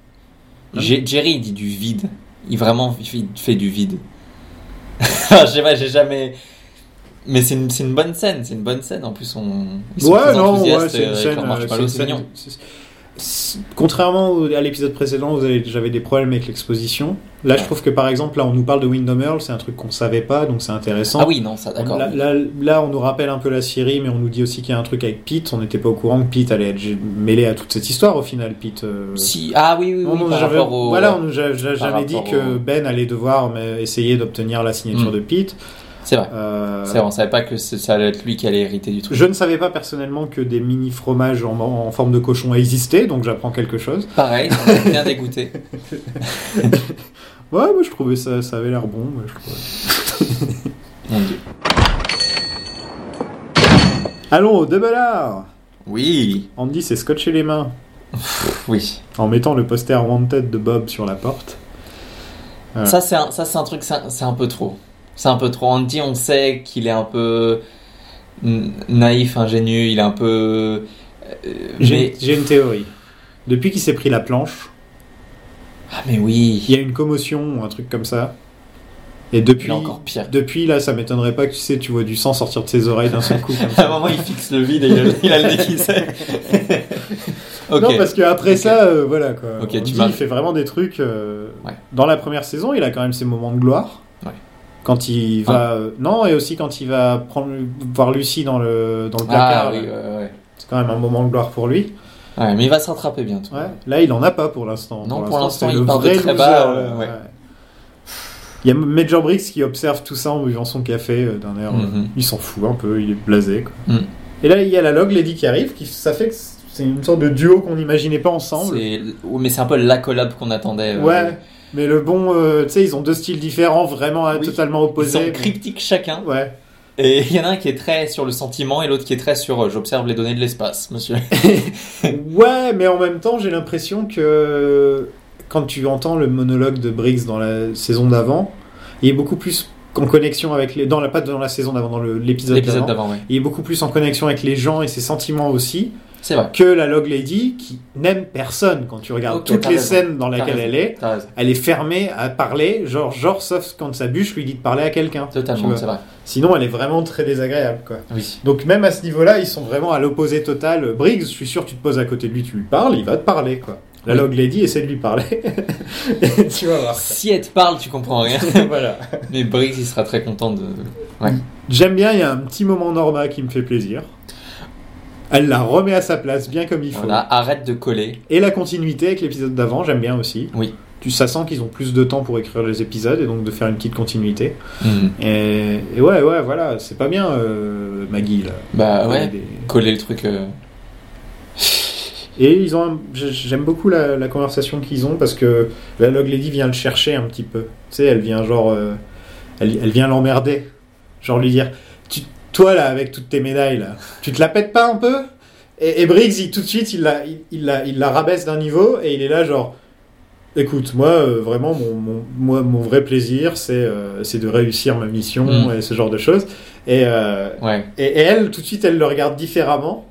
S2: Hein
S3: J'ai- Jerry il dit du vide. Il vraiment il fait- il fait du vide. [LAUGHS] Je sais pas, j'ai jamais. Mais c'est une, c'est une bonne scène, c'est une bonne scène. En plus, on. ils sont
S2: Ouais,
S3: très
S2: non,
S3: enthousiastes
S2: ouais, c'est une scène...
S3: avec leur
S2: euh, c'est
S3: marshmallow,
S2: une
S3: c'est
S2: scène-
S3: mignon.
S2: c'est- c'est- Contrairement au- à l'épisode précédent, vous avez- j'avais des problèmes avec l'exposition. Là, je trouve que, par exemple, là, on nous parle de Windham Earl, c'est un truc qu'on savait pas, donc c'est intéressant.
S3: Ah oui, non, ça, d'accord.
S2: Là, là, là, on nous rappelle un peu la Syrie, mais on nous dit aussi qu'il y a un truc avec Pete. On n'était pas au courant que Pete allait être mêlé à toute cette histoire au final, Pete. euh,
S3: Si, ah oui, oui,
S2: on
S3: oui,
S2: nous a
S3: par
S2: jamais-
S3: rapport au.
S2: Voilà, on nous a- a jamais dit
S3: rapport
S2: que
S3: au-
S2: Ben allait devoir mais, essayer d'obtenir la signature
S3: Mm.
S2: de Pete.
S3: C'est vrai.
S2: Euh,
S3: C'est vrai, on savait pas que ce- ça allait être lui qui allait hériter du truc.
S2: Je ne savais pas personnellement que des mini fromages en, en forme de cochon existaient, donc j'apprends quelque chose.
S3: Pareil, ça m'a bien dégoûté.
S2: Ouais, moi je trouvais ça, ça avait l'air bon. moi, je trouvais.
S3: [LAUGHS] Mon dieu.
S2: Allons au double R.
S3: Oui,
S2: Andy s'est scotché les mains
S3: oui.
S2: en mettant le poster Wanted de Bob sur la porte. Ouais.
S3: Ça, c'est un, ça, c'est un truc, c'est un, c'est un peu trop. C'est un peu trop. Andy, on sait qu'il est un peu n- naïf, ingénieux, il est un peu. euh,
S2: J'ai
S3: mais...
S2: j'ai une théorie. Depuis qu'il s'est pris la planche,
S3: Ah, mais oui.
S2: il y a une commotion ou un truc comme ça. Et depuis,
S3: Il est encore pire.
S2: depuis là, ça m'étonnerait pas que tu sais, tu vois du sang sortir de ses oreilles d'un seul coup. comme
S3: [LAUGHS] À
S2: ça.
S3: un moment, il fixe le vide et il a, il a le nez qui saigne. [LAUGHS] ok.
S2: Non, parce qu'après
S3: Ok.
S2: ça, euh, voilà quoi.
S3: Ok,
S2: On
S3: tu
S2: dit,
S3: m'as-
S2: il fait vraiment des trucs. euh,
S3: Ouais.
S2: Dans la première saison, il a quand même ses moments de gloire.
S3: Ouais. Ah.
S2: Quand il va. euh, Non, et aussi quand il va prendre... voir Lucie dans le, dans le placard.
S3: Ah oui,
S2: là.
S3: ouais, ouais.
S2: C'est quand même un moment de gloire pour lui.
S3: Ouais, mais il va se rattraper bientôt.
S2: Ouais. Là, il en a pas pour l'instant.
S3: Non, pour l'instant,
S2: c'est
S3: il
S2: le
S3: part de
S2: vrai
S3: très
S2: loser,
S3: bas,
S2: là.
S3: euh, ouais.
S2: Il y a Major Briggs qui observe tout ça en buvant son café euh, d'un air. euh,
S3: Mhm.
S2: Il s'en fout un peu, il est blasé. quoi.
S3: Mm.
S2: Et là, il y a la Log Lady qui arrive, qui, ça fait que c'est une sorte de duo qu'on n'imaginait pas ensemble.
S3: C'est- ouais, Mais c'est un peu la collab qu'on attendait. euh,
S2: Ouais, mais le bon, euh, tu sais, ils ont deux styles différents, vraiment euh,
S3: Oui.
S2: totalement
S3: Ils
S2: opposés.
S3: sont cryptiques chacun.
S2: Ouais.
S3: Et il y en a un qui est très sur le sentiment et l'autre qui est très sur euh, j'observe les données de l'espace, monsieur.
S2: ouais, mais en même temps, j'ai l'impression que quand tu entends le monologue de Briggs dans la saison d'avant, il est beaucoup plus en connexion avec les. Dans la, pas dans la saison d'avant, dans le- l'épisode
S3: L'épisode
S2: d'avant.
S3: d'avant, oui.
S2: Il est beaucoup plus en connexion avec les gens et ses sentiments aussi
S3: C'est vrai.
S2: que la Log Lady qui n'aime personne quand tu regardes
S3: Ok,
S2: toutes
S3: t'as
S2: les
S3: raison.
S2: scènes dans
S3: T'as
S2: lesquelles
S3: raison,
S2: elle est.
S3: t'as raison.
S2: Elle est fermée à parler, genre, genre sauf quand sa bûche lui dit de parler à quelqu'un. tu
S3: Totalement,
S2: vois.
S3: c'est vrai.
S2: Sinon, elle est vraiment très désagréable, quoi.
S3: Oui.
S2: Donc même à ce niveau-là, ils sont vraiment à l'opposé total. Briggs, je suis sûr, tu te poses à côté de lui, tu lui parles, il va te parler, quoi. La
S3: Oui.
S2: log lady essaie de lui
S3: [LAUGHS]
S2: parler. Et tu vas voir. [LAUGHS]
S3: Si elle te parle, tu comprends rien.
S2: voilà.
S3: [LAUGHS] Mais Briggs, il sera très content de.
S2: J'aime bien, il y a un petit moment Norma qui me fait plaisir. Elle la remet à sa place, bien comme il faut.
S3: Voilà, arrête de coller.
S2: Et la continuité avec l'épisode d'avant, j'aime bien aussi.
S3: Oui.
S2: Tu ça sent qu'ils ont plus de temps pour écrire les épisodes et donc de faire une petite continuité.
S3: Hmm.
S2: Et, et ouais, ouais, voilà, c'est pas bien, euh, Maggie, là.
S3: Bah
S2: Elle a
S3: ouais,
S2: des-
S3: coller le truc. euh,
S2: Et ils ont, un- j'ai- j'aime beaucoup la, la conversation qu'ils ont parce que la Log Lady vient le chercher un petit peu. Tu sais, elle vient genre, euh, elle, elle vient l'emmerder, genre lui dire, tu, toi là avec toutes tes médailles là, tu te la pètes pas un peu et, et Briggs, il, tout de suite, il la, il, il la, il la rabaisse d'un niveau et il est là genre, écoute, moi euh, vraiment mon, mon, moi, mon vrai plaisir c'est, euh, c'est de réussir ma mission
S3: Mm.
S2: et ce genre de choses. Et, euh,
S3: Ouais.
S2: et, et elle, tout de suite, elle le regarde différemment.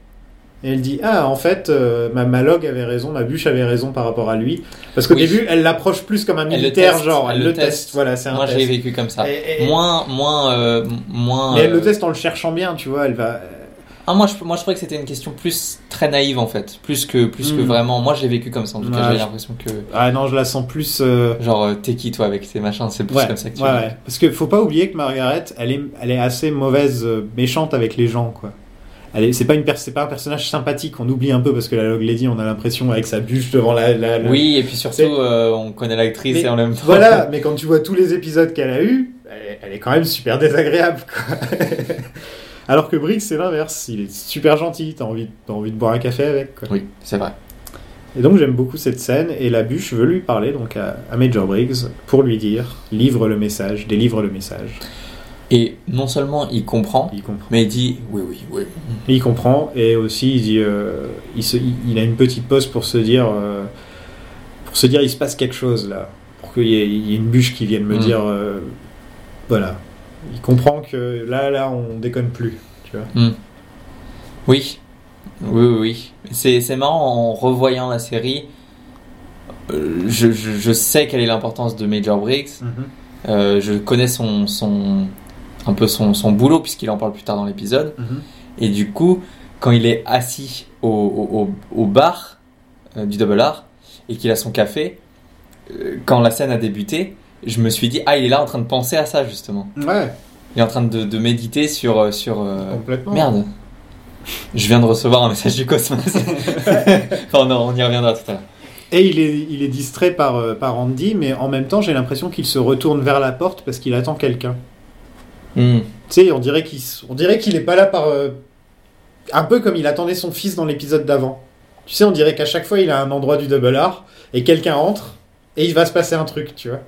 S2: Et elle dit Ah, en fait, euh, ma malogue avait raison, ma bûche avait raison par rapport à lui. Parce qu'au
S3: Oui.
S2: début, elle l'approche plus comme un
S3: le
S2: militaire,
S3: teste,
S2: genre, elle, le teste. Voilà, c'est un
S3: Moi, je l'ai
S2: test.
S3: vécu comme ça.
S2: Et- et-
S3: Moins, moins, euh, moins.
S2: Mais elle
S3: euh,
S2: le teste en le cherchant bien, tu vois. Elle va. euh,
S3: Ah, moi, je, moi, je croyais que c'était une question plus très naïve en fait, plus que, plus que
S2: Mm.
S3: vraiment. Moi, j'ai vécu comme ça en tout
S2: Ouais,
S3: cas. J'ai
S2: je-
S3: l'impression que
S2: Ah non, je la sens plus. euh,
S3: genre euh, t'es qui toi avec tes machins, c'est plus
S2: Ouais,
S3: comme ça que tu.
S2: ouais, ouais. Parce qu'il faut pas oublier que Margaret, elle est, elle est assez mauvaise, euh, méchante avec les gens, quoi. Elle est- C'est pas, une per- c'est pas un personnage sympathique, on oublie un peu parce que la Log Lady, on a l'impression avec sa bûche devant la. la- la-
S3: Oui, et puis surtout,
S2: C'est-
S3: euh, on connaît l'actrice
S2: Mais
S3: et en même temps.
S2: Voilà, mais quand tu vois tous les épisodes qu'elle a eu, elle, est- elle est quand même super désagréable, quoi. [LAUGHS] Alors que Briggs, c'est l'inverse, il est super gentil, t'as envie, t'as envie de boire un café avec, quoi.
S3: [LAUGHS] Oui, c'est vrai.
S2: Et donc j'aime beaucoup cette scène et la bûche veut lui parler donc à, à Major Briggs pour lui dire livre le message, délivre le message.
S3: Et non seulement il comprend,
S2: Il comprend.
S3: mais il dit oui, oui, oui.
S2: Et il comprend et aussi il dit euh, il, se- il- il a une petite pause pour se dire euh, pour se dire il se passe quelque chose là pour qu'il y, ait- il y ait une bûche qui vienne me
S3: Mm.
S2: dire euh, voilà il comprend que là là on déconne plus tu vois
S3: Oui, oui, oui. oui. C'est c'est marrant en revoyant la série. euh, Je, je, je sais quelle est l'importance de Major Briggs.
S2: Mm-hmm.
S3: Euh, je connais son, son un peu son, son boulot puisqu'il en parle plus tard dans l'épisode. Et du coup, quand il est assis au, au, au- au bar euh, du Double R et qu'il a son café, euh, quand la scène a débuté, je me suis dit ah il est là en train de penser à ça justement.
S2: ouais
S3: Il est en train de, de méditer sur euh, sur euh,
S2: complètement
S3: Merde. Je viens de recevoir un message du cosmos. enfin, non, on y reviendra tout à l'heure.
S2: Et il est, il est distrait par, euh, par Andy, mais en même temps, j'ai l'impression qu'il se retourne vers la porte parce qu'il attend quelqu'un.
S3: Hmm.
S2: Tu sais, on dirait qu'il s- on dirait qu'il est pas là par. euh, un peu comme il attendait son fils dans l'épisode d'avant. Tu sais, on dirait qu'à chaque fois, il a un endroit du double R et quelqu'un entre et il va se passer un truc, tu vois.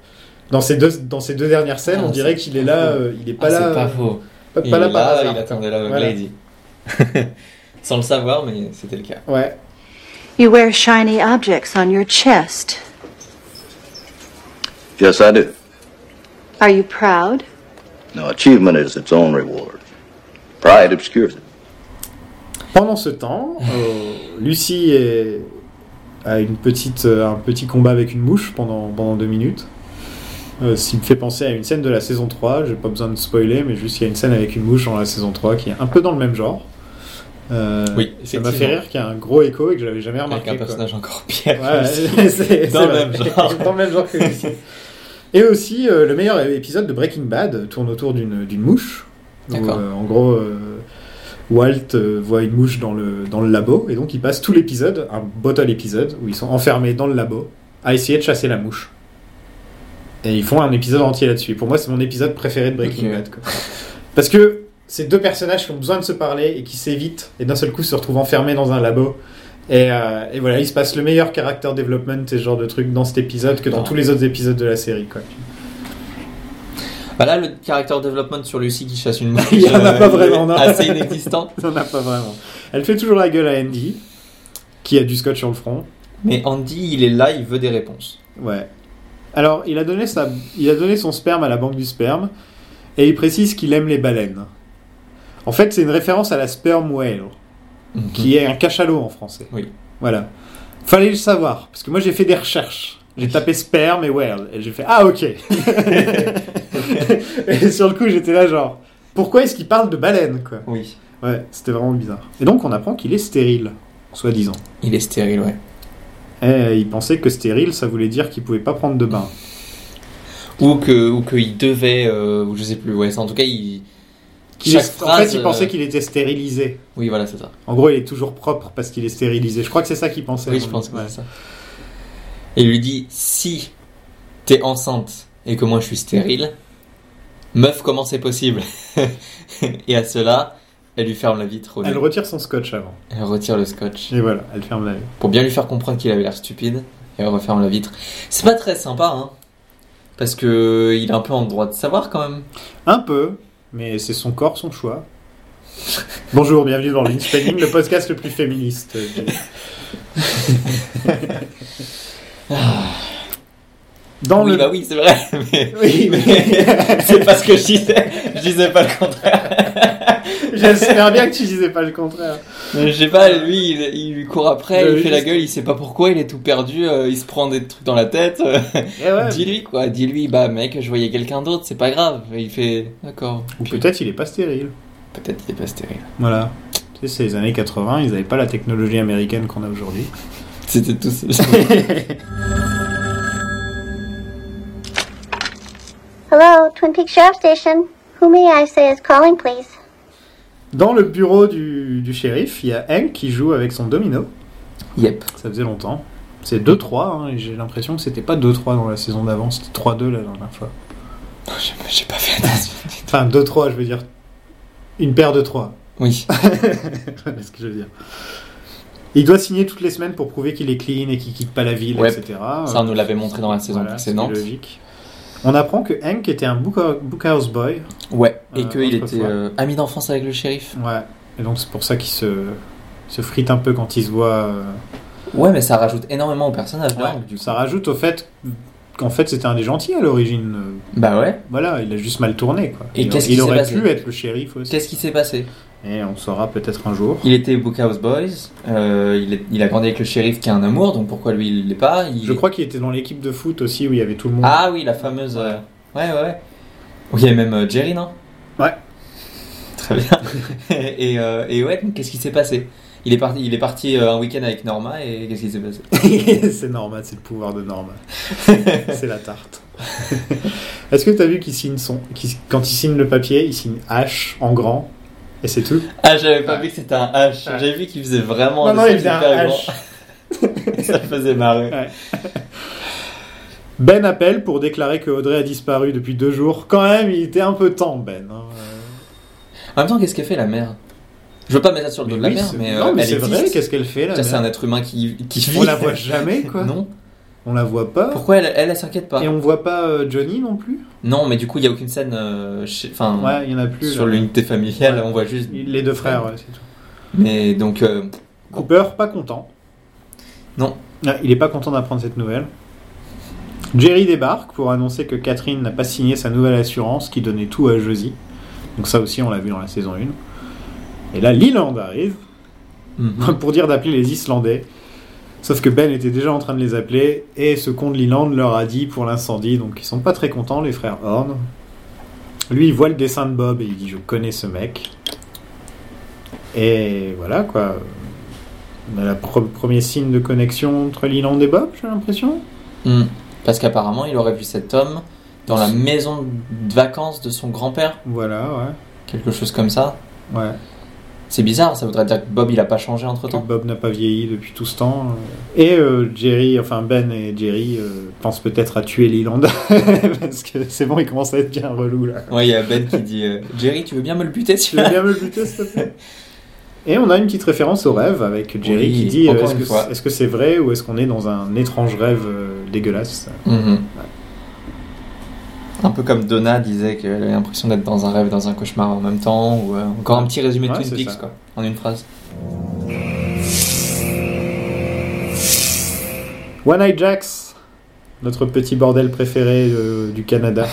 S2: Dans ces deux, dans ces deux dernières scènes,
S3: Ah,
S2: on dirait
S3: c'est
S2: qu'il est
S3: pas
S2: là,
S3: faux.
S2: euh, il est pas
S3: Ah,
S2: là,
S3: c'est pas
S2: euh,
S3: faux.
S2: pas,
S3: Il
S2: pas là
S3: est
S2: par
S3: là,
S2: hasard.
S3: il attendait la
S2: Voilà.
S3: lady. [LAUGHS] Sans le savoir, mais c'était le cas.
S2: Ouais.
S4: You wear shiny objects on your chest.
S7: Yes, I do.
S4: Are you proud?
S7: Now, achievement is its own reward. Pride obscures it.
S2: Pendant ce temps, euh, Lucie est- a une petite, euh, un petit combat avec une mouche pendant, pendant deux minutes. Euh, ce qui me fait penser à une scène de la saison 3, j'ai pas besoin de spoiler, mais juste il y a une scène avec une mouche dans la saison 3 qui est un peu dans le même genre. Euh,
S3: Oui,
S2: ça m'a fait
S3: effectivement.
S2: rire qu'il y a un gros écho et que j'avais jamais
S3: Avec
S2: remarqué.
S3: un
S2: quoi.
S3: personnage encore pire. [LAUGHS]
S2: Ouais, [LAUGHS] c'est- c'est
S3: Dans le
S2: vrai.
S3: même genre.
S2: [LAUGHS] Dans le même genre que Lucy. Et aussi, euh, le meilleur épisode de Breaking Bad tourne autour d'une d'une mouche. Où,
S3: D'accord.
S2: euh, en gros, euh, Walt euh, voit une mouche dans le, dans le labo et donc il passe tout l'épisode, un bottle épisode, où ils sont enfermés dans le labo à essayer de chasser la mouche. Et ils font un épisode entier là-dessus. Pour moi, c'est mon épisode préféré de Breaking
S3: Ok.
S2: Bad. quoi. Parce que ces deux personnages qui ont besoin de se parler et qui s'évitent et d'un seul coup se retrouvent enfermés dans un labo. Et, euh, et voilà, il se passe le meilleur character development et ce genre de truc dans cet épisode que dans
S3: D'accord.
S2: tous les autres épisodes de la série. [LAUGHS] Quoi.
S3: Bah là, le caractère développement sur Lucie qui
S2: [LAUGHS]
S3: chasse une mouche.
S2: Il y en a
S3: euh,
S2: pas vraiment, non.
S3: Assez inexistant.
S2: Ça n'a pas vraiment. Elle fait toujours la gueule à Andy, qui a du scotch sur le front.
S3: Mais Andy, il est là, il veut des réponses.
S2: Ouais. Alors, il a donné, sa... il a donné son sperme à la banque du sperme, et il précise qu'il aime les baleines. En fait, c'est une référence à la sperm whale, qui est un cachalot en français.
S3: Mmh. Oui.
S2: Voilà. Fallait le savoir, parce que moi j'ai fait des recherches. J'ai tapé sperme et whale, et j'ai fait Ah,
S3: [LAUGHS]
S2: ok Et sur le coup, j'étais là, genre, pourquoi est-ce qu'il parle de baleine, quoi
S3: Oui.
S2: Ouais, c'était vraiment bizarre. Et donc, on apprend qu'il est stérile, soi-disant.
S3: Il est stérile, ouais.
S2: Et euh, il pensait que stérile, ça voulait dire qu'il pouvait pas prendre de bain.
S3: Ou que, ou qu'il devait, euh, ou je sais plus, ouais. c'est- En tout cas, il.
S2: Qu'il
S3: chaque
S2: est- en
S3: phrase,
S2: fait, il pensait
S3: euh,
S2: qu'il était stérilisé.
S3: Oui, voilà, c'est ça.
S2: En gros, il est toujours propre parce qu'il est stérilisé. Je crois que c'est ça qu'il pensait.
S3: Oui, je pense que
S2: Ouais.
S3: c'est ça. Et il lui dit si t'es enceinte et que moi je suis stérile, meuf, comment c'est possible [LAUGHS] Et à cela, elle lui ferme la vitre. au nez.
S2: Elle retire son scotch avant.
S3: Elle retire le scotch
S2: Et voilà, elle ferme la
S3: pour bien lui faire comprendre qu'il avait l'air stupide. Et elle referme la vitre. C'est pas très sympa, hein Parce que il est un peu en droit de savoir quand même.
S2: Un peu, mais c'est son corps, son choix. Bonjour, bienvenue dans Linspanning, le podcast le plus féministe. Dans
S3: oui,
S2: le
S3: bah oui, c'est vrai. [LAUGHS] Mais,
S2: Oui, mais-
S3: mais c'est pas ce que je disais. Je disais pas le contraire.
S2: J'espère bien que tu disais pas le contraire.
S3: Je sais pas, lui, il, il lui court après,
S2: Euh,
S3: il fait la
S2: juste-
S3: gueule, il sait pas pourquoi, il est tout perdu, euh, il se prend des trucs dans la tête. [LAUGHS] euh,
S2: Eh ouais.
S3: Dis-lui quoi, dis-lui, bah mec, je voyais quelqu'un d'autre, c'est pas grave. Et il fait, d'accord.
S2: Ou
S3: Puis,
S2: peut-être il est pas stérile.
S3: Peut-être il est pas stérile.
S2: Voilà. Tu sais, c'est les années 80, ils n'avaient pas la technologie américaine qu'on a aujourd'hui.
S3: C'était tous.
S8: Hello, Twin Peaks Sheriff Station. Who may I say is calling, please?
S2: Dans le bureau du, du shérif, il y a Hank qui joue avec son domino.
S3: [LAUGHS] yep.
S2: Ça faisait longtemps. C'est 2-3, hein, et j'ai l'impression que c'était pas 2-3 dans la saison d'avant, c'était 3-2 la dernière fois.
S3: Oh, J'ai j'ai pas fait attention.
S2: Enfin, 2-3, je veux dire. Une paire de [LAUGHS] 3.
S3: Oui.
S2: Voilà ce que je veux dire. Il doit signer toutes les semaines pour prouver qu'il est clean et qu'il quitte pas la ville,
S3: Ouais,
S2: etc.
S3: ça, on nous l'avait montré dans la saison
S2: Voilà, c'est
S3: précédente.
S2: logique. On apprend que Hank était un book- bookhouse boy.
S3: Ouais. Et
S2: Euh,
S3: qu'il
S2: autrefois.
S3: était euh, ami d'enfance avec le shérif.
S2: Ouais. Et donc c'est pour ça qu'il se, se frite un peu quand il se voit. euh,
S3: Ouais, mais ça rajoute énormément au personnage. là, du coup.
S2: Ça rajoute au fait qu'en fait c'était un des gentils à l'origine. Euh,
S3: Bah ouais.
S2: Voilà, il a juste mal tourné. Quoi.
S3: Et
S2: il
S3: qu'est-ce
S2: il
S3: qui s'est
S2: aurait
S3: passé
S2: pu être le shérif aussi.
S3: Qu'est-ce qui s'est passé
S2: Et on saura peut-être un jour.
S3: Il était Bookhouse Boys. euh, il, est- il a grandi avec le shérif qui est un amour, donc pourquoi lui il l'est pas Il-
S2: Je crois qu'il était dans l'équipe de foot aussi où il y avait tout le monde.
S3: Ah oui, la fameuse. euh, Ouais, ouais, ouais. Où il y a même euh, Jerry, non
S2: Ouais.
S3: Très bien. [LAUGHS] et, euh, et ouais, donc, qu'est-ce qui s'est passé il est parti, il est parti euh, un week-end avec Norma et qu'est-ce qui s'est
S2: [LAUGHS]
S3: passé
S2: c'est normal, c'est le pouvoir de
S3: [LAUGHS]
S2: Norman. c'est la tarte. Est-ce que t'as vu qu'il signe son. qu'il- quand il signe le papier, il signe H en grand et c'est tout
S3: Ah, j'avais pas vu que c'était un H. J'avais vu qu'il faisait vraiment
S2: Non, non,
S3: dessin
S2: il faisait un
S3: super
S2: H.
S3: grand. [LAUGHS] Ça me faisait marrer.
S2: Ben appelle pour déclarer que Audrey a disparu depuis deux jours. Quand même, il était un peu temps, Ben. hein.
S3: En même temps, qu'est-ce qu'elle fait la mère Je veux pas mettre ça sur le dos de la
S2: oui,
S3: mère,
S2: c'est-
S3: mais,
S2: non,
S3: euh,
S2: mais
S3: elle
S2: c'est vrai,
S3: existe.
S2: qu'est-ce qu'elle fait là
S3: Putain, C'est un être humain qui, qui vit.
S2: On la voit jamais, quoi.
S3: Non.
S2: On la voit pas.
S3: Pourquoi elle, elle, elle s'inquiète pas
S2: Et on voit pas euh, Johnny non plus
S3: Non, mais du coup, il y a aucune scène euh, chez- enfin,
S2: Ouais, il y en a plus.
S3: sur
S2: là.
S3: l'unité familiale,
S2: Ouais.
S3: on voit juste.
S2: Les deux frères, ouais, c'est tout.
S3: Mais donc, euh,
S2: Cooper, pas content.
S3: Non.
S2: Ah, il est pas content d'apprendre cette nouvelle. Jerry débarque pour annoncer que Catherine n'a pas signé sa nouvelle assurance qui donnait tout à Josie. Donc ça aussi, on l'a vu dans la saison 1. Et là, Leland arrive
S3: [LAUGHS] mhm.
S2: pour dire d'appeler les Islandais. Sauf que Ben était déjà en train de les appeler et ce con de Leland leur a dit pour l'incendie. Donc ils sont pas très contents, les frères Horn. Lui, il voit le dessin de Bob et il dit Je connais ce mec. Et voilà quoi. On a le premier signe de connexion entre Leland et Bob, j'ai l'impression.
S3: Mm. parce qu'apparemment, il aurait vu cet homme dans la maison de vacances de son grand-père,
S2: Voilà,
S3: quelque chose comme ça.
S2: ouais. ouais.
S3: C'est bizarre, ça voudrait dire que Bob, il a pas changé entre
S2: que
S3: temps.
S2: Bob n'a pas vieilli depuis tout ce temps. Et euh, Jerry, enfin Ben et Jerry euh, pensent peut-être à tuer Leland. [LAUGHS] parce que c'est bon, il commence à être bien relou là.
S3: Ouais, il y a Ben qui dit euh, Jerry, tu veux bien me le buter
S2: Tu
S3: tu
S2: veux bien me le buter, s'il te plaît Et on a une petite référence au rêve avec Jerry
S3: Oui,
S2: qui dit euh,
S3: encore
S2: est-ce
S3: une
S2: que,
S3: fois.
S2: est-ce que c'est vrai ou est-ce qu'on est dans un étrange rêve euh, dégueulasse
S3: [LAUGHS] Mhm. Un peu comme Donna disait qu'elle avait l'impression d'être dans un rêve, dans un cauchemar en même temps, ou euh, encore un petit résumé de
S2: Ouais,
S3: Twin
S2: c'est
S3: Peaks,
S2: ça.
S3: quoi, en une phrase.
S2: One Eye Jax, notre petit bordel préféré euh, du Canada,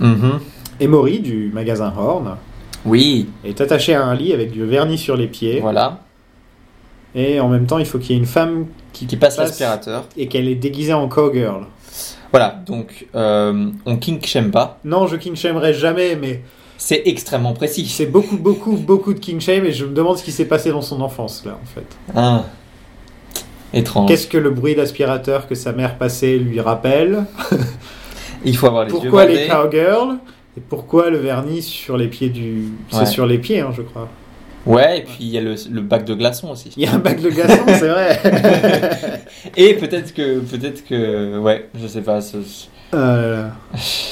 S3: Mhm.
S2: et Maury du magasin Horn,
S3: Oui,
S2: est attaché à un lit avec du vernis sur les pieds.
S3: voilà,
S2: Et en même temps, il faut qu'il y ait une femme qui,
S3: qui passe
S2: passe
S3: l'aspirateur.
S2: et qu'elle est déguisée en cowgirl.
S3: Voilà, donc euh, on kink shame pas.
S2: Non, je king shamerai jamais, mais
S3: C'est extrêmement précis.
S2: c'est beaucoup, beaucoup, beaucoup de king shame et je me demande ce qui s'est passé dans son enfance là en fait.
S3: Hein. Étrange.
S2: Qu'est-ce que le bruit d'aspirateur que sa mère passait lui rappelle
S3: Il faut avoir les yeux
S2: Pourquoi les
S3: bandés.
S2: cowgirls Et pourquoi le vernis sur les pieds du. C'est
S3: Ouais.
S2: sur les pieds, hein, je crois.
S3: Ouais, et puis il y a le, le bac de glaçons aussi.
S2: Il y a un bac de glaçons, c'est
S3: [LAUGHS]
S2: vrai Euh,
S3: Et peut-être que, peut-être que, ouais, je sais pas. ce-
S2: Euh,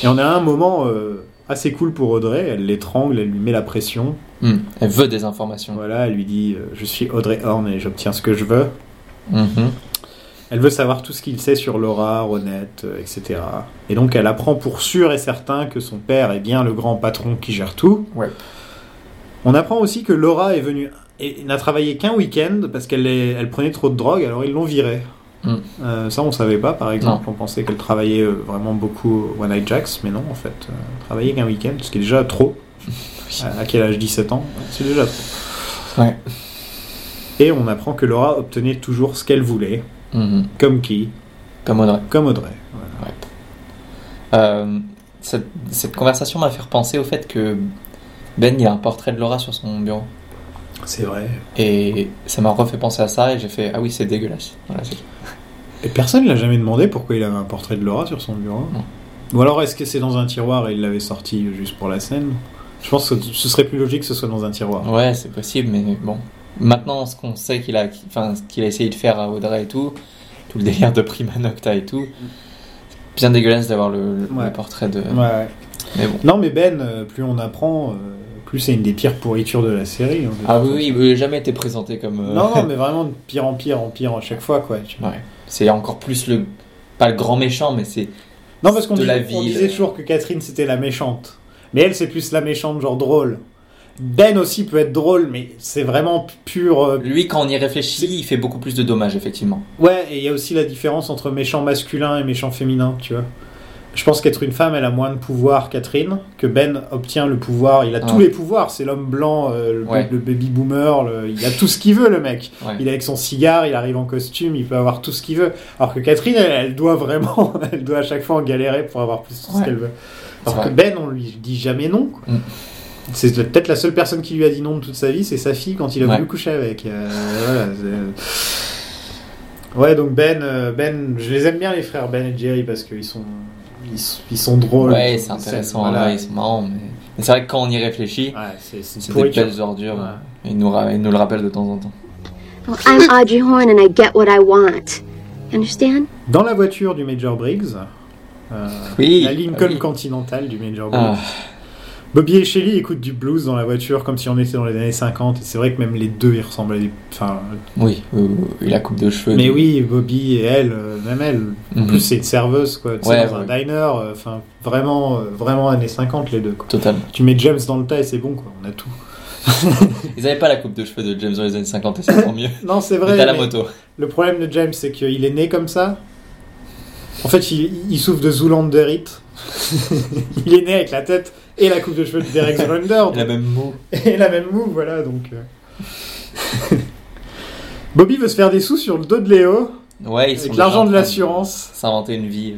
S2: Et on a un moment euh, assez cool pour Audrey. Elle l'étrangle, elle lui met la pression.
S3: Hmm, Elle veut des informations.
S2: Voilà, elle lui dit euh, Je suis Audrey Horn et j'obtiens ce que je veux.
S3: Mhm.
S2: Elle veut savoir tout ce qu'il sait sur Laura, Ronette, euh, etc. Et donc elle apprend pour sûr et certain que son père est bien le grand patron qui gère tout.
S3: Ouais.
S2: On apprend aussi que Laura est venue et n'a travaillé qu'un week-end parce qu'elle est- elle prenait trop de drogue, alors ils l'ont virée.
S3: Mm.
S2: Euh, ça on savait pas par exemple, on pensait qu'elle travaillait euh, vraiment beaucoup au One Night Jacks, mais non en fait, euh, elle travaillait qu'un week-end, ce qui est déjà
S3: [LAUGHS]
S2: trop. À- À quel âge 17 ans C'est déjà trop.
S3: Ouais.
S2: Et on apprend que Laura obtenait toujours ce qu'elle voulait,
S3: Mhm.
S2: comme qui
S3: Comme Audrey.
S2: Comme Audrey. voilà.
S3: Euh, cette, cette conversation m'a fait repenser au fait que Ben, il y a un portrait de Laura sur son bureau.
S2: C'est vrai.
S3: Et ça m'a refait penser à ça et j'ai fait Ah oui, c'est dégueulasse. Voilà, c'est tout.
S2: Et personne ne l'a jamais demandé pourquoi il avait un portrait de Laura sur son bureau.
S3: Non.
S2: Ou alors est-ce que c'est dans un tiroir et il l'avait sorti juste pour la scène Je pense que ce serait plus logique que ce soit dans un tiroir.
S3: Ouais, c'est possible, mais bon. Maintenant, ce qu'on sait qu'il a, enfin, ce qu'il a essayé de faire à Audrey et tout, tout le délire de Prima Nocta et tout, c'est bien dégueulasse d'avoir le, le
S2: Ouais.
S3: portrait de.
S2: Ouais, ouais.
S3: Mais bon.
S2: Non mais Ben, euh, plus on apprend, euh, plus c'est une des pires pourritures de la série. en fait.
S3: Ah oui, oui, il n'a jamais été présenté comme. euh,
S2: Non, non, mais vraiment de pire en pire en pire à chaque fois, quoi. tu vois.
S3: Ouais. C'est encore plus le. Pas le grand méchant, mais c'est.
S2: Non, parce qu'on
S3: De
S2: dis-
S3: la
S2: on
S3: ville.
S2: disait toujours que Catherine c'était la méchante. Mais elle, c'est plus la méchante, genre drôle. Ben aussi peut être drôle, mais c'est vraiment pur. euh,
S3: Lui, quand on y réfléchit, il fait beaucoup plus de dommages, effectivement.
S2: Ouais, et il y a aussi la différence entre méchant masculin et méchant féminin, tu vois. Je pense qu'être une femme, elle a moins de pouvoir, Catherine, que Ben obtient le pouvoir. Il a tous
S3: Ouais.
S2: les pouvoirs. C'est l'homme blanc, euh, le,
S3: Ouais.
S2: le baby boomer. le- Il a tout ce qu'il veut, le mec.
S3: Ouais.
S2: Il est avec son cigare, il arrive en costume, il peut avoir tout ce qu'il veut. Alors que Catherine, elle, elle doit vraiment, [LAUGHS] elle doit à chaque fois en galérer pour avoir plus tout ce
S3: Ouais.
S2: qu'elle veut. Alors
S3: C'est
S2: que Ben, on lui dit jamais non. quoi.
S3: Mm.
S2: C'est peut-être la seule personne qui lui a dit non de toute sa vie, c'est sa fille quand il a
S3: Ouais.
S2: voulu coucher avec. Euh, voilà, c'est- ouais, donc Ben, euh, Ben, je les aime bien les frères Ben et Jerry parce qu'ils sont, ils, sont- ils sont drôles.
S3: Ouais, c'est intéressant,
S2: Voilà.
S3: ouais, ils sont marrants, mais, mais c'est vrai que quand on y réfléchit,
S2: Ouais, c'est c'est une
S3: c'est des
S2: pourriture.
S3: belles ordures.
S2: Ouais.
S3: Il, nous ra- il nous le rappelle de temps en temps.
S6: Well,
S8: [LAUGHS]
S6: I'm Audrey Horn and I get what I want. You understand?
S2: Dans la voiture du Major Briggs, euh,
S3: Oui,
S2: la Lincoln
S3: ah oui.
S2: Continental du Major Briggs.
S3: Ah,
S2: Bobby et Shelley écoutent du blues dans la voiture comme si on était dans les années 50. Et c'est vrai que même les deux, ils ressemblent à des. Enfin,
S3: oui, oui, oui, oui, la coupe de cheveux.
S2: mais
S3: du-
S2: oui, Bobby et elle, euh, même elle. En
S3: Mhm.
S2: plus, c'est une serveuse, quoi. Tu sais,
S3: Ouais,
S2: dans
S3: ouais.
S2: un diner, euh, enfin, vraiment, euh, vraiment années 50, les deux, quoi.
S3: Totalement.
S2: Tu mets James dans le tas et c'est bon, quoi. On a tout.
S3: Ils n'avaient pas la coupe de cheveux de James dans les années 50 et c'est
S2: [LAUGHS]
S3: tant mieux.
S2: Non, c'est vrai.
S3: C'était à la
S2: mais
S3: moto.
S2: Le problème de James, c'est qu'il est né comme ça. En fait, il, il souffre de Zoolander-ite. [LAUGHS] il est né avec la tête et la coupe de cheveux de Derek Zoolander.
S3: Il a
S2: donc-
S3: même mot.
S2: Et la même move, voilà, donc...
S3: [LAUGHS]
S2: euh. Bobby veut se faire des sous sur le dos de Léo,
S3: Ouais, ils sont
S2: avec
S3: déjà en
S2: l'argent de
S3: train
S2: l'assurance.
S3: S'inventer une
S2: [LAUGHS]
S3: vie.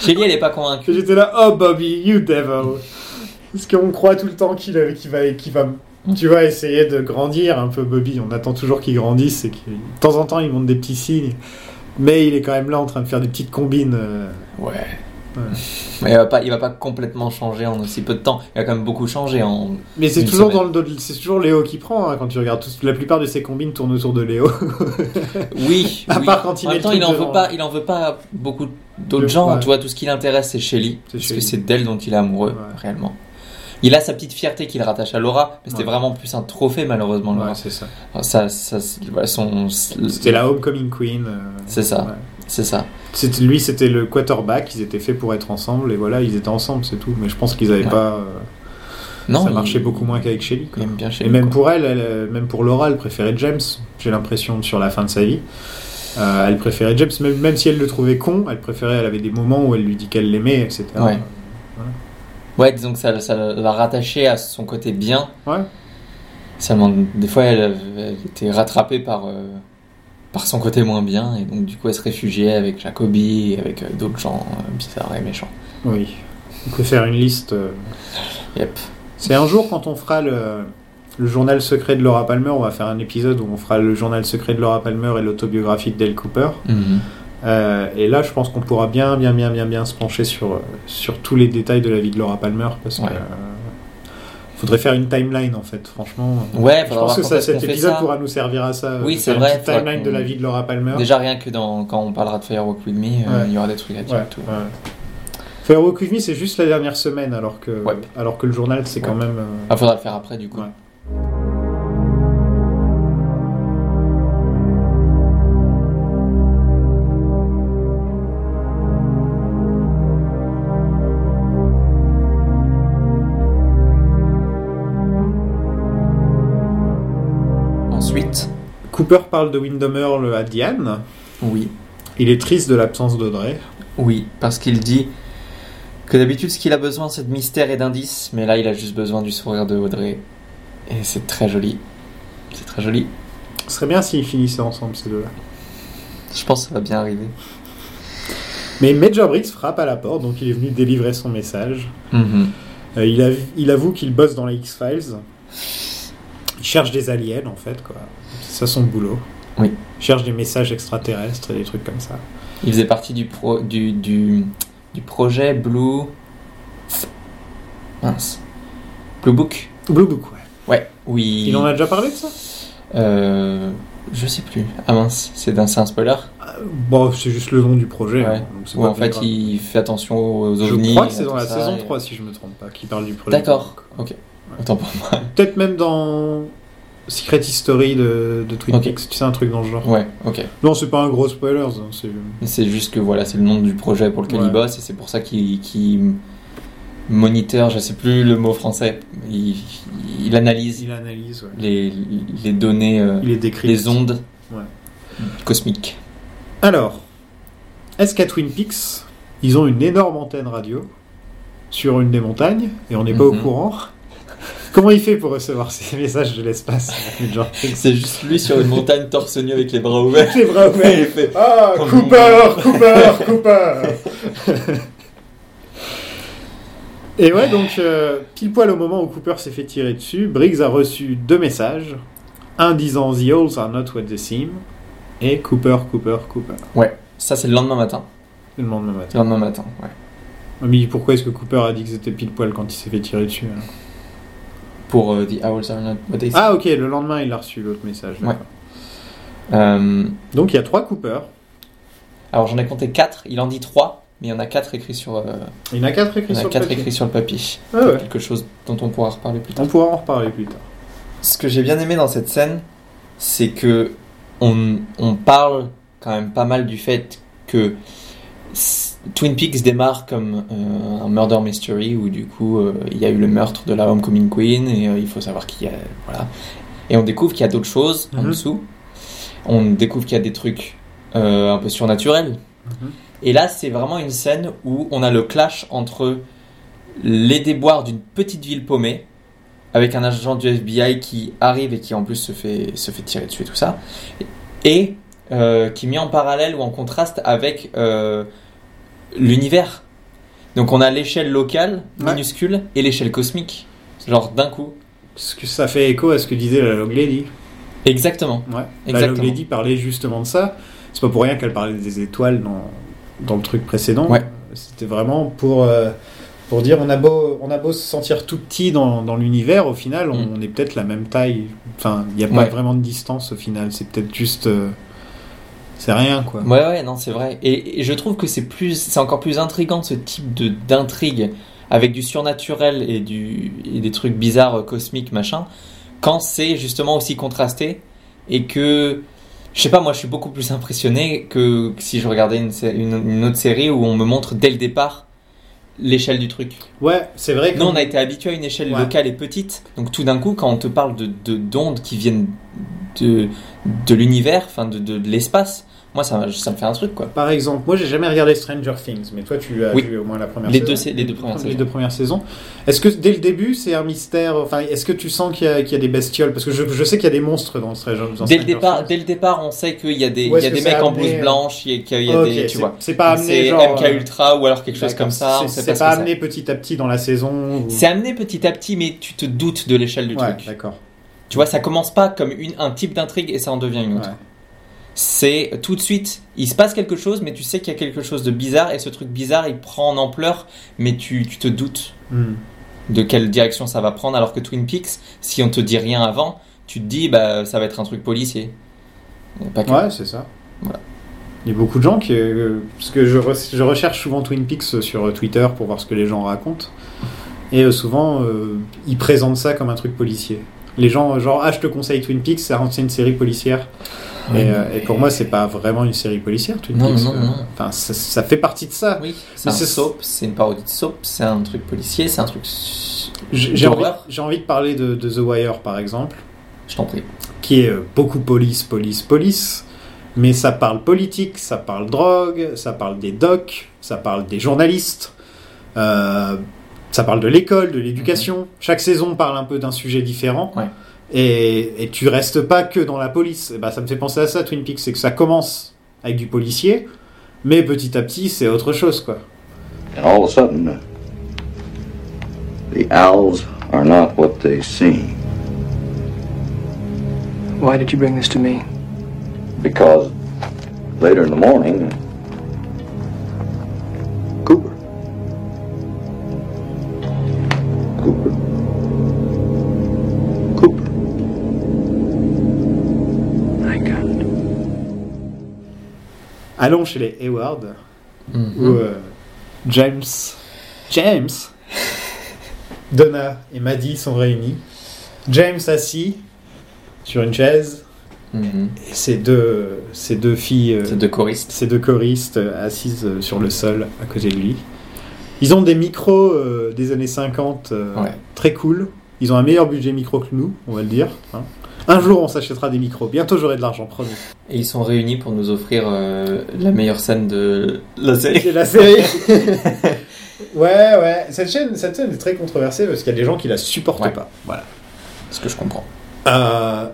S3: Shelly, elle n'est pas
S2: Et
S3: convaincue.
S2: j'étais là, oh Bobby, you devil. Parce qu'on croit tout le temps qu'il euh, qu'il va, qu'il va, tu vois, essayer de grandir un peu, Bobby. On attend toujours qu'il grandisse et que de temps en temps, il monte des petits signes. Mais il est quand même là en train de faire des petites combines. euh.
S3: Ouais. Mais il va, pas, il va pas complètement changer en aussi peu de temps. Il a quand même beaucoup
S2: [LAUGHS]
S3: changé en.
S2: Mais c'est
S3: Une
S2: toujours
S3: semaine.
S2: dans le dos, de- c'est toujours Léo qui prend hein, quand tu regardes. tous- la plupart de ses combines tournent autour de Léo.
S3: Oui.
S2: À
S3: oui.
S2: part quand il
S3: en
S2: met
S3: même temps,
S2: le
S3: il
S2: truc
S3: en veut
S2: devant.
S3: pas, il en veut pas à beaucoup d'autres
S2: Le-
S3: gens. hein.
S2: ouais.
S3: Tu vois, tout ce qui l'intéresse, c'est Shelly,
S2: C'est
S3: parce
S2: Shelley.
S3: que c'est d'elle dont il est amoureux
S2: Ouais.
S3: réellement. Il a sa petite fierté qu'il rattache à Laura, mais c'était
S2: Ouais.
S3: vraiment plus un trophée malheureusement. Laura.
S2: c'est ça.
S3: Ça, ça, voilà, son.
S2: C'était la Homecoming Queen. euh,
S3: C'est ça.
S2: ouais.
S3: C'est ça.
S2: C'était- lui, c'était le quarterback. Ils étaient faits pour être ensemble et voilà, ils étaient ensemble, c'est tout. Mais je pense qu'ils avaient
S3: Ouais.
S2: pas. euh,
S3: Non.
S2: ça
S3: il-
S2: marchait beaucoup moins qu'avec Shelly. quoi.
S3: Il aime bien
S2: Et
S3: Shelly.
S2: même
S3: quoi.
S2: pour elle, elle, euh, même pour Laura, elle préférait James. J'ai l'impression sur la fin de sa vie, Euh, elle préférait James. Même, même si elle le trouvait con, elle préférait. Elle avait des moments où elle lui dit qu'elle l'aimait, etc.
S3: Ouais. Ouais, disons que ça, ça l'a rattaché à son côté bien.
S2: Ouais.
S3: Seulement, des fois, elle, elle était rattrapée par, euh, par son côté moins bien, et donc du coup, elle se réfugiait avec Jacobi et avec euh, d'autres gens euh, bizarres et méchants.
S2: Oui. On peut faire une liste. euh.
S3: Yep.
S2: C'est un jour quand on fera le, le journal secret de Laura Palmer. On va faire un épisode où on fera le journal secret de Laura Palmer et l'autobiographie de Dale Cooper. Euh, et là, je pense qu'on pourra bien, bien, bien, bien, bien se pencher sur, euh, sur tous les détails de la vie de Laura Palmer parce
S3: Ouais.
S2: que. euh, Faudrait faire une timeline en fait, franchement.
S3: Ouais, faudra
S2: je
S3: voir
S2: pense que
S3: quand
S2: ça,
S3: est-ce qu'on
S2: cet
S3: fait
S2: épisode
S3: ça.
S2: pourra nous servir à ça.
S3: Oui,
S2: de
S3: c'est
S2: faire
S3: vrai,
S2: Une petite
S3: faudra
S2: timeline
S3: qu'on-
S2: de la vie de Laura Palmer.
S3: Déjà, rien que dans, quand on parlera de Firewalk With Me, euh,
S2: Ouais.
S3: il y aura des trucs à dire
S2: Ouais,
S3: et tout.
S2: ouais. Faire Walk With Me, c'est juste la dernière semaine, alors que,
S3: Ouais.
S2: alors que le journal, c'est quand
S3: Ouais.
S2: même. euh,
S3: Ah, faudra le faire après, du coup.
S2: Ouais.
S3: Ensuite,
S2: Cooper parle de Windham Earl à Diane.
S3: oui,
S2: Il est triste de l'absence d'Audrey.
S3: oui, parce qu'il dit que d'habitude, ce qu'il a besoin, c'est de mystère et d'indices, mais là, il a juste besoin du sourire de Audrey. Et c'est très joli. C'est très joli.
S2: Ce serait bien s'ils finissaient ensemble, ces deux-là.
S3: Je pense que ça va bien arriver.
S2: Mais Major Briggs frappe à la porte, donc il est venu délivrer son message.
S3: Mhm.
S2: Euh, il, av- il avoue qu'il bosse dans les X-Files. Il cherche des aliens, en fait, quoi. C'est ça son boulot.
S3: Oui.
S2: Il cherche des messages extraterrestres et des trucs comme ça.
S3: Il faisait partie du, pro, du, du, du projet Blue. Mince. Blue Book
S2: Blue Book, ouais.
S3: Ouais, oui.
S2: Il en a déjà parlé de ça
S3: Euh, je sais plus. Ah mince, c'est d'un- c'est un spoiler
S2: Euh, Bon, c'est juste le nom du projet.
S3: Ouais.
S2: hein, donc c'est
S3: Ou
S2: pas
S3: en
S2: très
S3: fait
S2: grave.
S3: il fait attention aux
S2: Je
S3: ovnis.
S2: crois que c'est
S3: à
S2: dans
S3: euh, tout
S2: la
S3: ça,
S2: saison
S3: et-
S2: 3, si je me trompe pas, qui parle du projet.
S3: D'accord, ok. Autant pour moi.
S2: Peut-être même dans Secret History de, de Twin
S3: Ok.
S2: Peaks, tu sais, un truc dans le genre.
S3: Ouais, ok.
S2: Non, c'est pas un gros spoiler, hein, c'est...
S3: C'est juste que voilà, c'est le nom du projet pour lequel
S2: Ouais.
S3: il bosse et c'est pour ça qu'il qu'il moniteur, je sais plus le mot français, il, il analyse
S2: il analyse, ouais.
S3: les, les données, euh,
S2: il est décrit.
S3: les ondes
S2: Ouais.
S3: cosmiques.
S2: Alors, est-ce qu'à Twin Peaks, ils ont une énorme antenne radio sur une des montagnes et on n'est pas au
S3: Mhm.
S2: courant Comment il fait pour recevoir ces messages de l'espace Genre,
S3: [LAUGHS] C'est juste lui sur une montagne torse nu avec les
S2: [LAUGHS]
S3: bras ouverts.
S2: les bras ouverts.
S3: Il fait- oh,
S2: Ah, Cooper,
S3: [LAUGHS]
S2: Cooper, Cooper Et ouais, donc, euh, pile poil au moment où Cooper s'est fait tirer dessus, Briggs a reçu deux messages. Un disant The holes are not what they seem et Cooper, Cooper, Cooper.
S3: Ouais, ça c'est le lendemain matin.
S2: Je me demande le matin.
S3: Le lendemain matin, ouais.
S2: Mais pourquoi est-ce que Cooper a dit que c'était pile poil quand il s'est fait tirer dessus alors
S3: Pour euh, The Hours Are Not What They Seem.
S2: Ah, ok, le lendemain il a reçu l'autre message. d'accord.
S3: Euh,
S2: Donc il y a trois Cooper.
S3: alors j'en ai compté 4, il en dit 3, mais il y en a 4 écrits sur, euh,
S2: Il y en a quatre écrits
S3: il y en a
S2: sur le
S3: quatre
S2: papier.
S3: écrits sur le papier.
S2: Ah ouais.
S3: Quelque chose dont on pourra reparler plus tard.
S2: On pourra en reparler plus tard.
S3: Ce que j'ai bien aimé dans cette scène, c'est que on, on parle quand même pas mal du fait que s- Twin Peaks démarre comme euh, un murder mystery où du coup euh, il y a eu le meurtre de la homecoming queen et euh, il faut savoir qui a voilà et on découvre qu'il y a d'autres choses en
S2: Mhm.
S3: dessous. On découvre qu'il y a des trucs euh, un peu surnaturels. Et là c'est vraiment une scène où on a le clash entre les déboires d'une petite ville paumée avec un agent du FBI qui arrive et qui en plus se fait, se fait tirer dessus et tout ça, et euh, qui est mis en parallèle ou en contraste avec euh, l'univers. Donc on a l'échelle locale,
S2: Ouais.
S3: minuscule, et l'échelle cosmique, genre d'un coup.
S2: Parce que ça fait écho à ce que disait la Log Lady.
S3: Exactement.
S2: Ouais. Bah, La
S3: Exactement.
S2: Log Lady parlait justement de ça. C'est pas pour rien qu'elle parlait des étoiles dans, dans le truc précédent.
S3: Ouais.
S2: C'était vraiment pour, euh, pour dire on a, beau, on a beau se sentir tout petit dans, dans l'univers, au final, on,
S3: Mm.
S2: on est peut-être la même taille. Enfin, il n'y a pas
S3: Ouais.
S2: vraiment de distance au final. C'est peut-être juste. euh, c'est rien quoi.
S3: Ouais, ouais, non, c'est vrai. Et, et je trouve que c'est plus, c'est encore plus intrigant ce type de d'intrigue avec du surnaturel et du et des trucs bizarres euh, cosmiques machin, quand c'est justement aussi contrasté et que je sais pas, moi je suis beaucoup plus impressionné que si je regardais une, sé- une, une autre série où on me montre dès le départ l'échelle du truc.
S2: Ouais, c'est vrai que.
S3: Nous on a été habitué à une échelle
S2: Ouais.
S3: locale et petite, donc tout d'un coup quand on te parle de de- d'ondes qui viennent de de l'univers, enfin de, de, de l'espace, moi ça, m'a- ça me fait un truc quoi.
S2: Par exemple, moi j'ai jamais regardé Stranger Things, mais toi tu as
S3: Oui.
S2: vu au moins la première
S3: Les
S2: saison.
S3: deux, c'est- les deux premières
S2: Les
S3: saisons.
S2: deux premières saisons. Est-ce que dès le début c'est un mystère Enfin, est-ce que tu sens qu'il y, a- qu'il y a des bestioles Parce que je, je sais qu'il y a des monstres dans Stranger, dans
S3: Dès le,
S2: Stranger
S3: départ,
S2: Things.
S3: dès le départ, on sait qu'il y a des,
S2: Où
S3: il
S2: est-ce
S3: y a
S2: que
S3: des
S2: c'est
S3: mecs en
S2: amené,
S3: blouse
S2: euh,
S3: blanche, il y a, qu'il y a
S2: Ok,
S3: des, tu
S2: c'est-
S3: vois.
S2: C'est pas amené
S3: C'est
S2: genre.
S3: MK
S2: euh,
S3: Ultra ou alors quelque chose comme ça, on
S2: c'est-
S3: sait
S2: C'est
S3: pas,
S2: pas
S3: ce que
S2: amené petit à petit dans la saison. ou-
S3: c'est. C'est amené petit à petit, mais tu te doutes de l'échelle du
S2: Ouais,
S3: truc.
S2: d'accord.
S3: Tu vois, ça commence pas comme une, un type d'intrigue et ça en devient une autre.
S2: Ouais.
S3: C'est tout de suite, il se passe quelque chose, mais tu sais qu'il y a quelque chose de bizarre et ce truc bizarre, il prend en ampleur, mais tu, tu te doutes
S2: Hmm.
S3: de quelle direction ça va prendre, alors que Twin Peaks, si on te dit rien avant, tu te dis, bah, ça va être un truc policier. Pas que-
S2: Ouais, c'est ça.
S3: Voilà.
S2: Il y a beaucoup de gens qui. euh, parce que je, re- je recherche souvent Twin Peaks sur euh, Twitter pour voir ce que les gens racontent. Et euh, souvent, euh, ils présentent ça comme un truc policier. Les gens, euh, genre, ah, je te conseille Twin Peaks, ça rend- c'est une série policière.
S3: Ouais,
S2: et, euh, et pour moi, c'est pas vraiment une série policière, Twin
S3: Non,
S2: Peaks.
S3: non,
S2: euh.
S3: non.
S2: Enfin, ça, ça fait partie de ça.
S3: Oui, c'est
S2: Mais
S3: un
S2: c'est-
S3: soap, c'est une parodie de soap, c'est un truc policier, c'est un truc.
S2: J'ai j'ai envie,
S3: D'horreur.
S2: j'ai envie de parler de, de The Wire, par exemple,
S3: Je t'en prie.
S2: qui est euh, beaucoup police, police, police. Mais ça parle politique, ça parle drogue, ça parle des docs, ça parle des journalistes. Euh, ça parle de l'école, de l'éducation. Chaque saison parle un peu d'un sujet différent.
S3: Ouais.
S2: Et, et tu restes pas que dans la police. Et bah, ça me fait penser à ça, Twin Peaks, c'est que ça commence avec du policier, mais petit à petit, c'est autre chose, quoi.
S7: And all of a sudden, uh, the owls are not what they seem.
S9: Why did you bring this to me?
S7: because later in the morning, Cooper. Cooper. Cooper.
S9: My God.
S2: Allons chez les Hayward,
S3: Mhm.
S2: où euh, James, James, Donna et Maddie sont réunis. James assis sur une chaise,
S3: Mhm.
S2: et ces deux, ces deux filles, euh,
S3: C'est de choriste.
S2: ces deux choristes euh, assises euh, sur le sol à côté de lui. Ils ont des micros euh, des années 50 euh,
S3: Ouais.
S2: très cool. Ils ont un meilleur budget micro que nous, on va le dire. hein. Un jour, on s'achètera des micros. Bientôt, j'aurai de l'argent, promis.
S3: Et ils sont réunis pour nous offrir euh, la meilleure scène de la [LAUGHS] série.
S2: C'est la série. [LAUGHS] ouais, ouais. Cette chaîne, cette scène est très controversée parce qu'il y a des gens qui la supportent
S3: Ouais.
S2: pas. Voilà.
S3: Ce que je comprends.
S2: Euh,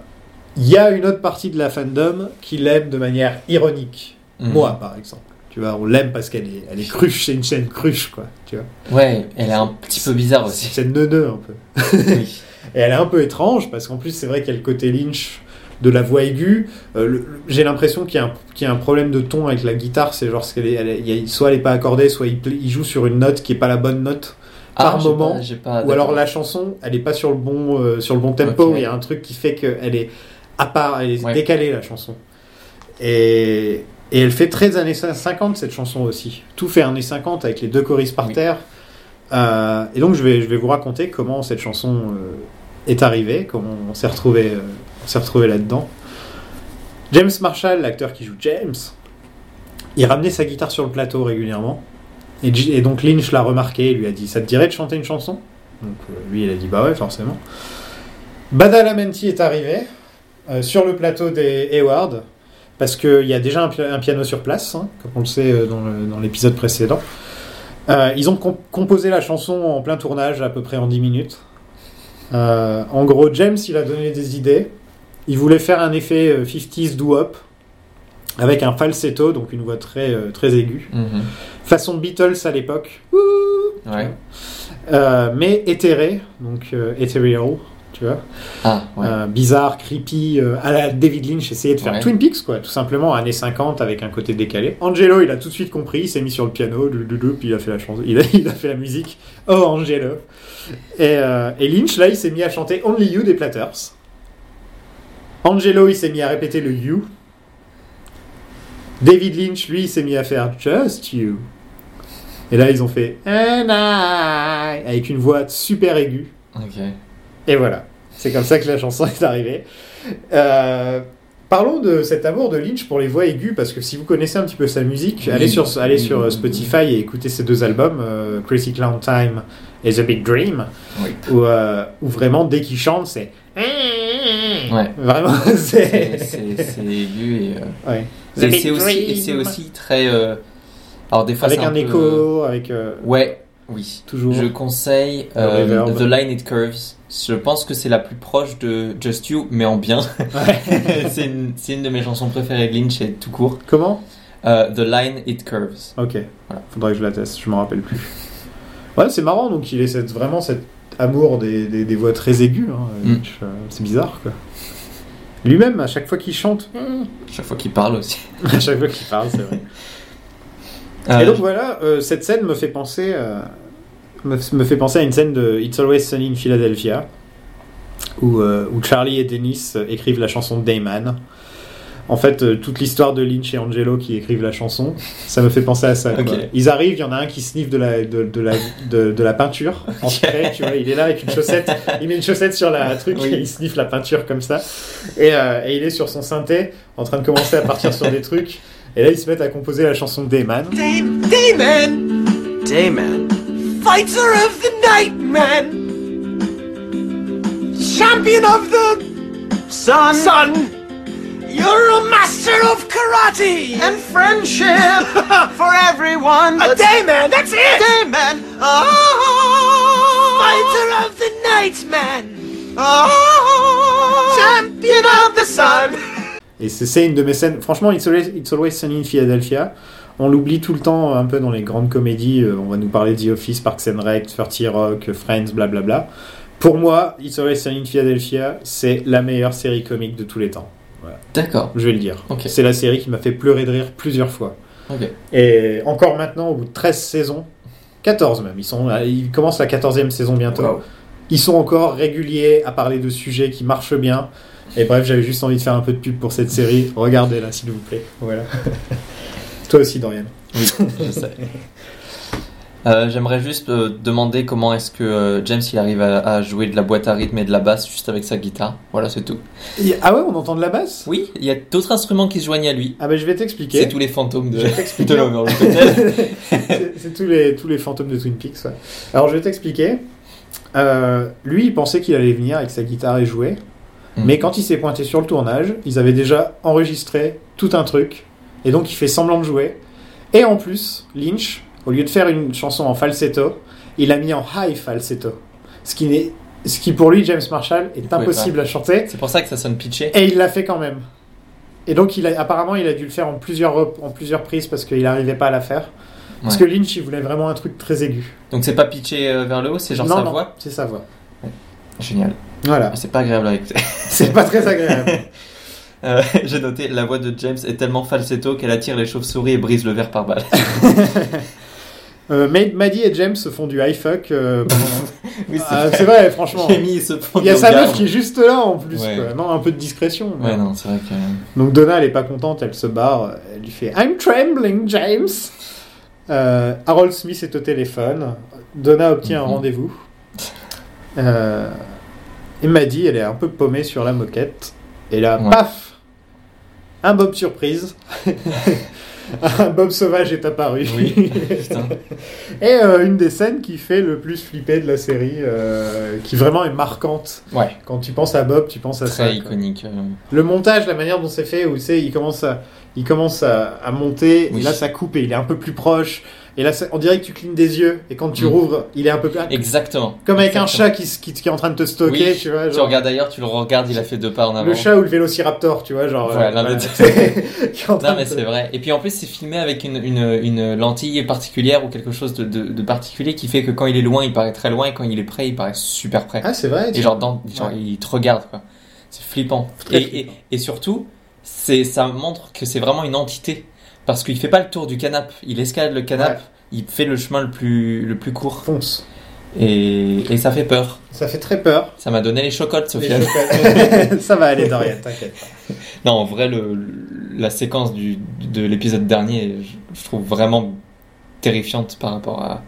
S2: Il y a une autre partie de la fandom qui l'aime de manière ironique.
S3: Mhm.
S2: Moi, par exemple. Tu vois, on l'aime parce qu'elle est, elle est cruche. C'est une chaîne cruche, quoi. Tu vois.
S3: Ouais, elle est un petit peu bizarre
S2: C'est une
S3: aussi.
S2: chaîne neuneu, un peu.
S3: Oui.
S2: [LAUGHS] Et elle est un peu étrange parce qu'en plus, c'est vrai qu'il y a le côté Lynch de la voix aiguë. Euh, le- le- J'ai l'impression qu'il y, a un- qu'il y a un problème de ton avec la guitare. C'est genre, ce qu'elle est- elle est- il y a- soit elle n'est pas accordée, soit il, pla- il joue sur une note qui n'est pas la bonne note. Par
S3: Ah, j'ai
S2: moment,
S3: pas- j'ai pas-
S2: Ou alors
S3: d'accord.
S2: la chanson, elle n'est pas sur le bon, euh, sur le bon tempo.
S3: Ok.
S2: Il y a un truc qui fait qu'elle est à part, elle est
S3: Ouais.
S2: décalée la chanson. Et, et elle fait très années 50 cette chanson aussi. Tout fait années 50 avec les deux choristes par
S3: Oui.
S2: terre. Euh, et donc je vais, je vais vous raconter comment cette chanson euh, est arrivée, comment on s'est retrouvé, euh, on s'est retrouvé là-dedans. James Marshall, l'acteur qui joue James, il ramenait sa guitare sur le plateau régulièrement. Et, J- et donc Lynch l'a remarqué et lui a dit Ça te dirait de chanter une chanson Donc euh, lui, il a dit Bah ouais, forcément. Badalamenti est arrivé euh, sur le plateau des Hayward, parce qu'il y a déjà un, pi- un piano sur place, hein, comme on le sait euh, dans le- dans l'épisode précédent. Euh, ils ont com- composé la chanson en plein tournage, à peu près en 10 minutes. Euh, en gros, James, il a donné des idées. Il voulait faire un effet euh, 50s doo-wop avec un falsetto, donc une voix très, euh, très aiguë.
S3: Mhm.
S2: Façon Beatles à l'époque,
S3: Ouais.
S2: Euh, mais éthéré, donc euh, ethereal, tu vois.
S3: Ah, ouais.
S2: Euh, bizarre, creepy, euh, à la David Lynch essayait de faire
S3: Ouais.
S2: Twin Peaks, quoi, tout simplement, années 50 avec un côté décalé. Angelo, il a tout de suite compris, il s'est mis sur le piano, du- du- du, puis il a fait la chanson, il a, [LAUGHS] il a fait la musique. Oh, Angelo. Et, euh, et Lynch, là, il s'est mis à chanter Only You des Platters. Angelo, il s'est mis à répéter le You. David Lynch, lui, il s'est mis à faire Just You. Et là, ils ont fait And I, avec une voix super aiguë.
S3: Ok.
S2: Et voilà, c'est comme ça que la chanson est arrivée. Euh, parlons de cet amour de Lynch pour les voix aiguës, parce que si vous connaissez un petit peu sa musique,
S3: Oui.
S2: allez sur, allez sur euh,
S3: Oui.
S2: Spotify et écoutez ces deux albums, euh, Crazy Clown Time et The Big Dream,
S3: Oui.
S2: où, euh, où vraiment dès qu'il chante, c'est...
S3: Ouais.
S2: Vraiment, [LAUGHS]
S3: C'est
S2: c'est...
S3: c'est- c'est aigu et. euh,
S2: Ouais. The
S3: Et
S2: Big
S3: c'est aussi, et
S2: Dream.
S3: c'est aussi très. euh, Alors des fois
S2: Avec
S3: c'est
S2: un
S3: peu-
S2: écho, avec... euh,
S3: Ouais, oui.
S2: Toujours.
S3: Je conseille
S2: Le
S3: euh,
S2: reverb.
S3: The Line It Curves. Je pense que c'est la plus proche de Just You, mais en bien. [LAUGHS] c'est une, c'est une de mes chansons préférées de Lynch et tout court.
S2: Comment
S3: Euh, The Line It Curves.
S2: Ok.
S3: Voilà.
S2: Faudrait que je la teste, je m'en rappelle plus. Ouais, c'est marrant, donc il est cette- vraiment cet amour des, des- des voix très aiguës. hein,
S3: Mm.
S2: Lynch, euh, C'est bizarre, quoi. Lui-même, à chaque fois qu'il chante,
S3: Chaque fois qu'il parle aussi.
S2: [LAUGHS] à chaque fois qu'il parle, c'est vrai.
S3: Euh,
S2: Et donc voilà, euh, cette scène me fait penser, euh, me, me fait penser à une scène de It's Always Sunny in Philadelphia, où, euh, où Charlie et Dennis euh, écrivent la chanson Dayman. En fait, euh, toute l'histoire de Lynch et Angelo qui écrivent la chanson, ça me fait penser à ça. quoi.
S3: Ok.
S2: Ils arrivent, il y en a un qui sniffe de la, de, de la, de, de la peinture
S3: [LAUGHS]
S2: en spray, tu vois, il est là avec une chaussette, il met une chaussette sur la truc
S3: Oui.
S2: et il sniffe la peinture comme ça. Et, euh, et il est sur son synthé, en train de commencer à partir sur des trucs. Et là, ils se mettent à composer la chanson Dayman.
S10: Dayman. Fighter of the night, man. Champion of the sun. Sun. You're a master of karate and friendship for everyone. A dayman, that's it. Dayman. Oh. Fighter of the night, man. Oh. Champion of the sun.
S2: Et c'est- c'est une de mes scènes. Franchement, It's Always, It's Always Sunny in Philadelphia. On l'oublie tout le temps un peu euh, dans les grandes comédies. Euh, On va nous parler de The Office, Parks and Rec, 30 Rock, Friends, blablabla. Pour moi, It's Always Sunny in Philadelphia, c'est la meilleure série comique de tous les temps.
S3: D'accord.
S2: Je vais le dire.
S3: Ok.
S2: C'est la série qui m'a fait pleurer de rire plusieurs fois.
S3: Ok.
S2: Et encore maintenant, au bout de 13 saisons, 14 même, ils, sont, ils commencent la 14e saison bientôt.
S3: Wow.
S2: Ils sont encore réguliers à parler de sujets qui marchent bien. Et bref, j'avais juste envie de faire un peu de pub pour cette série. Regardez-la, s'il vous plaît. Voilà. [LAUGHS] Toi aussi, Dorian.
S3: Oui, je sais. Euh, J'aimerais juste euh, demander comment est-ce que euh, James il arrive à, à jouer de la boîte à rythme et de la basse juste avec sa guitare. Voilà, c'est tout.
S2: Et- Ah ouais, on entend de la basse
S3: Oui, il y a d'autres instruments qui se joignent à lui.
S2: Ah bah je vais t'expliquer.
S3: C'est tous les fantômes de,
S2: Je vais t'expliquer.
S3: de l'Overlook [LAUGHS] Hotel.
S2: [LAUGHS] C'est c'est tous les, tous les fantômes de Twin Peaks. ouais. Alors je vais t'expliquer. Euh, lui, il pensait qu'il allait venir avec sa guitare et jouer.
S3: Mm.
S2: Mais quand il s'est pointé sur le tournage, ils avaient déjà enregistré tout un truc. Et donc il fait semblant de jouer. Et en plus, Lynch, au lieu de faire une chanson en falsetto, il a mis en high falsetto. Ce qui, n'est- ce qui pour lui, James Marshall, est
S3: pouvait
S2: impossible à chanter.
S3: C'est pour ça que ça sonne pitché.
S2: Et il l'a fait quand même. Et donc, il a, apparemment, il a dû le faire en plusieurs, rep- en plusieurs prises parce qu'il n'arrivait pas à la faire. Parce
S3: Ouais.
S2: que Lynch, il voulait vraiment un truc très aigu.
S3: Donc c'est pas pitché euh, vers le haut, c'est genre
S2: non,
S3: sa
S2: non,
S3: voix.
S2: c'est sa voix.
S3: Génial. Ah,
S2: Voilà, [LAUGHS]
S3: C'est pas agréable avec.
S2: c'est pas très agréable.
S3: [LAUGHS] Euh, J'ai noté la voix de James est tellement falsetto qu'elle attire les chauves-souris et brise le verre par balle.
S2: Euh, mais Maddie et James se font du high fuck.
S3: [LAUGHS]
S2: euh, pendant-
S3: [LAUGHS] oui, c'est
S2: Ah, c'est vrai, franchement.
S3: J'ai mis ce point
S2: Il y a
S3: de
S2: sa
S3: regard.
S2: meuf qui est juste là en plus.
S3: Ouais.
S2: quoi. Non, un peu de discrétion. mais-
S3: Ouais, non, c'est vrai que.
S2: Donc Donna, elle est pas contente, elle se barre, elle lui fait I'm trembling, James. Euh, Harold Smith est au téléphone. Donna obtient un
S3: Mhm.
S2: rendez-vous. Euh, et Maddie, elle est un peu paumée sur la moquette. Et là,
S3: Ouais.
S2: paf Un Bob surprise. [LAUGHS] un Bob sauvage est apparu.
S3: [LAUGHS] Oui. Putain.
S2: [LAUGHS] et euh, une des scènes qui fait le plus flipper de la série, euh, qui vraiment est marquante.
S3: Ouais,
S2: Quand tu penses à Bob, tu penses à ça.
S3: très
S2: quoi.
S3: iconique. euh,
S2: Le montage, la manière dont c'est fait, où c'est, il commence à, il commence à, à monter,
S3: Oui.
S2: et là ça coupe et il est un peu plus proche, et là ça- on dirait que tu clignes des yeux, et quand tu
S3: Mm.
S2: rouvres, il est un peu plus.
S3: Exactement.
S2: Comme avec un
S3: Exactement.
S2: chat qui, se- qui, qui est en train de te stocker,
S3: Oui,
S2: tu vois.
S3: Tu
S2: genre,
S3: regardes d'ailleurs, tu le regardes, il a fait deux pas en avant.
S2: le chat ou le vélociraptor, tu vois, genre. euh,
S3: Voilà, l'un des
S2: [LAUGHS] qui est en train
S3: Non mais
S2: de-
S3: c'est vrai. Et puis en plus c'est filmé avec une, une, une lentille particulière ou quelque chose de, de, de particulier qui fait que quand il est loin il paraît très loin et quand il est près il paraît super près.
S2: Ah, c'est vrai.
S3: et
S2: tu-
S3: genre, dans, genre,
S2: Ouais.
S3: il te regarde quoi. C'est flippant.
S2: Très
S3: Et, et,
S2: flippant.
S3: et surtout c'est ça montre que c'est vraiment une entité parce qu'il fait pas le tour du canap, il escalade le canap,
S2: Ouais.
S3: il fait le chemin le plus le plus court
S2: Fonce.
S3: et, et ça fait peur.
S2: Ça fait très peur.
S3: Ça m'a donné les chocottes
S2: Les
S3: Sofiane.
S2: chocolats. [LAUGHS] ça va aller, Dorian, t'inquiète.
S3: [LAUGHS] Non, en vrai, le, le- la séquence du, de l'épisode dernier, je, je trouve vraiment terrifiante par rapport à,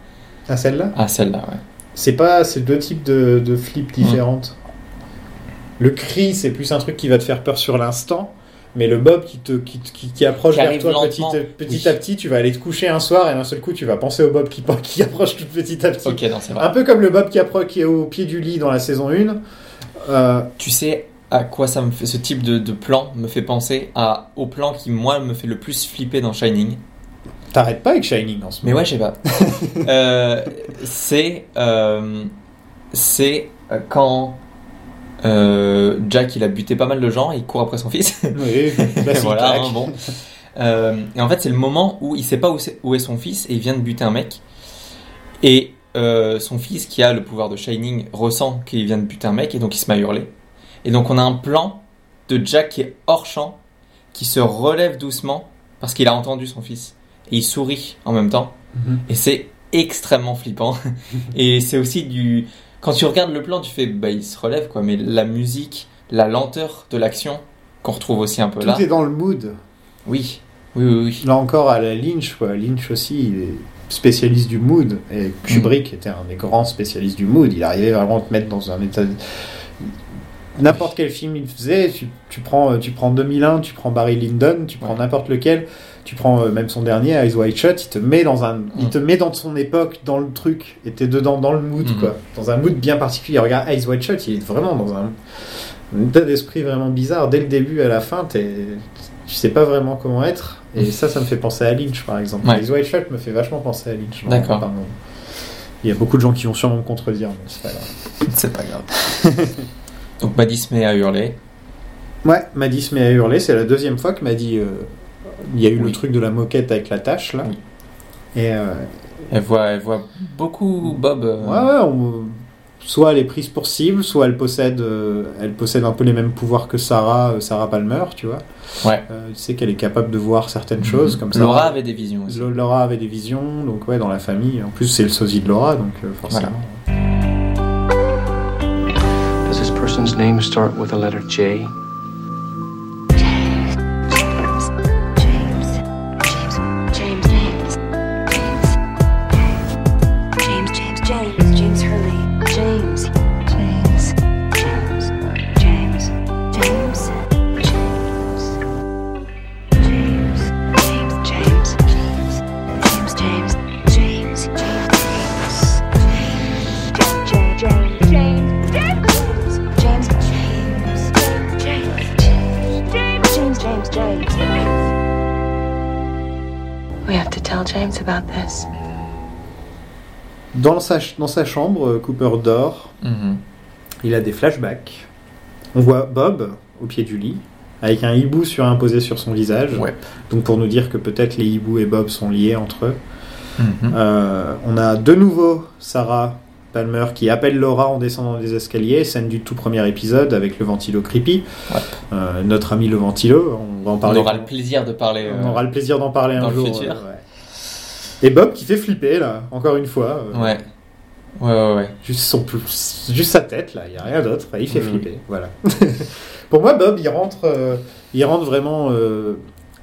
S2: Ah, celle-là
S3: à celle-là. Ouais.
S2: C'est pas, c'est deux types de, de flips différentes. Le cri, c'est plus un truc qui va te faire peur sur l'instant, mais le bob qui te qui, te- qui, qui approche
S3: Qui
S2: vers
S3: arrive
S2: toi petit, euh,
S3: lentement.
S2: petit
S3: Oui.
S2: à petit, tu vas aller te coucher un soir et d'un seul coup tu vas penser au bob qui, [LAUGHS] qui approche tout petit à petit.
S3: Ok, non, c'est vrai.
S2: Un peu comme le bob qui, appro- qui est au pied du lit dans la saison 1. Euh,
S3: Tu sais à quoi ça me fait, ce type de, de plan me fait penser à, au plan qui, moi, me fait le plus flipper dans Shining.
S2: T'arrêtes pas avec Shining en ce
S3: Mais
S2: moment.
S3: ouais, je sais pas. Euh, c'est euh, c'est euh, quand euh, Jack, il a buté pas mal de gens, il court après son fils.
S2: [LAUGHS] Oui, classique,
S3: voilà,
S2: tac.
S3: hein, bon. Euh, et en fait, c'est le moment où il sait pas où, c'est- où est son fils et il vient de buter un mec. Et euh, son fils, qui a le pouvoir de Shining, ressent qu'il vient de buter un mec et donc il se met à hurler. Et donc, on a un plan de Jack qui est hors champ, qui se relève doucement parce qu'il a entendu son fils. Et il sourit en même temps.
S2: Mhm.
S3: Et c'est extrêmement flippant. et c'est aussi du. Quand tu regardes le plan, tu fais, bah, il se relève quoi. Mais la musique, la lenteur de l'action, qu'on retrouve aussi un peu
S2: Tout
S3: là.
S2: est dans le mood.
S3: Oui, oui, oui, oui.
S2: Là encore à la Lynch, quoi. Lynch aussi, il est spécialiste du mood. Et Kubrick
S3: Mm.
S2: était un des grands spécialistes du mood. Il arrivait vraiment à te mettre dans un état. de- N'importe quel film il faisait, tu, tu prends, euh, tu prends 2001, tu prends Barry Lyndon, tu prends
S3: Ouais.
S2: n'importe lequel, tu prends euh, même son dernier, Eyes Wide Shut, il te met dans un, il
S3: Mm.
S2: te met dans son époque, dans le truc, et t'es dedans, dans le mood,
S3: Mhm.
S2: quoi, dans un mood bien particulier. Regarde Eyes Wide Shut, il est vraiment dans un, un état d'esprit vraiment bizarre. Dès le début à la fin, t'es, tu sais pas vraiment comment être. Et ça, ça me fait penser à Lynch, par exemple.
S3: Ouais.
S2: Les White Shot me fait vachement penser à Lynch.
S3: D'accord.
S2: Par moment. Il y a beaucoup de gens qui vont sûrement me contredire, mais [LAUGHS] c'est pas grave.
S3: C'est pas grave. [LAUGHS] Donc Maddy se met à hurler.
S2: Ouais, Maddy se met à hurler. C'est la deuxième fois que Maddy... euh, il y a eu le
S3: Oui.
S2: truc de la moquette avec la tâche, là.
S3: Oui.
S2: Et... euh,
S3: Elle voit, elle voit beaucoup Bob. euh,
S2: Ouais, ouais, on- soit elle est prise pour cible, soit elle possède, euh, elle possède un peu les mêmes pouvoirs que Sarah, euh, Sarah Palmer, tu vois.
S3: Ouais.
S2: Euh, tu sais qu'elle est capable de voir certaines choses comme ça.
S3: Mhm. Laura avait des visions aussi.
S2: Lo- Laura avait des visions, donc ouais, dans la famille. En plus, c'est le sosie de Laura, donc euh, forcément.
S9: Does this person's name start with a letter J?
S11: James, James, James, James, James, James Hurley, James, James, James, James, James, James, James, James, James, James, James, James, James, James, James, James, James, James, James. We have to tell James about this.
S2: Dans sa, ch- dans sa chambre, euh, Cooper dort.
S3: Mhm.
S2: Il a des flashbacks. On voit Bob au pied du lit, avec un hibou surimposé sur son visage.
S3: Ouais.
S2: Donc pour nous dire que peut-être les hiboux et Bob sont liés entre eux.
S3: Mhm.
S2: Euh, on a de nouveau Sarah Palmer qui appelle Laura en descendant des escaliers, scène du tout premier épisode avec le ventilo creepy.
S3: Ouais.
S2: Euh, notre ami le ventilo, on va en
S3: On
S2: parler.
S3: aura le plaisir de parler. euh,
S2: on aura le plaisir d'en parler
S3: dans
S2: un
S3: le
S2: jour.
S3: futur.
S2: euh, ouais. Et Bob qui fait flipper là, encore une fois. euh,
S3: Ouais. Ouais, ouais, ouais.
S2: Juste, son, juste sa tête, là, il n'y a rien d'autre. Il fait
S3: Oui,
S2: flipper. Voilà. [LAUGHS] Pour moi, Bob, il rentre, euh, il rentre vraiment, euh,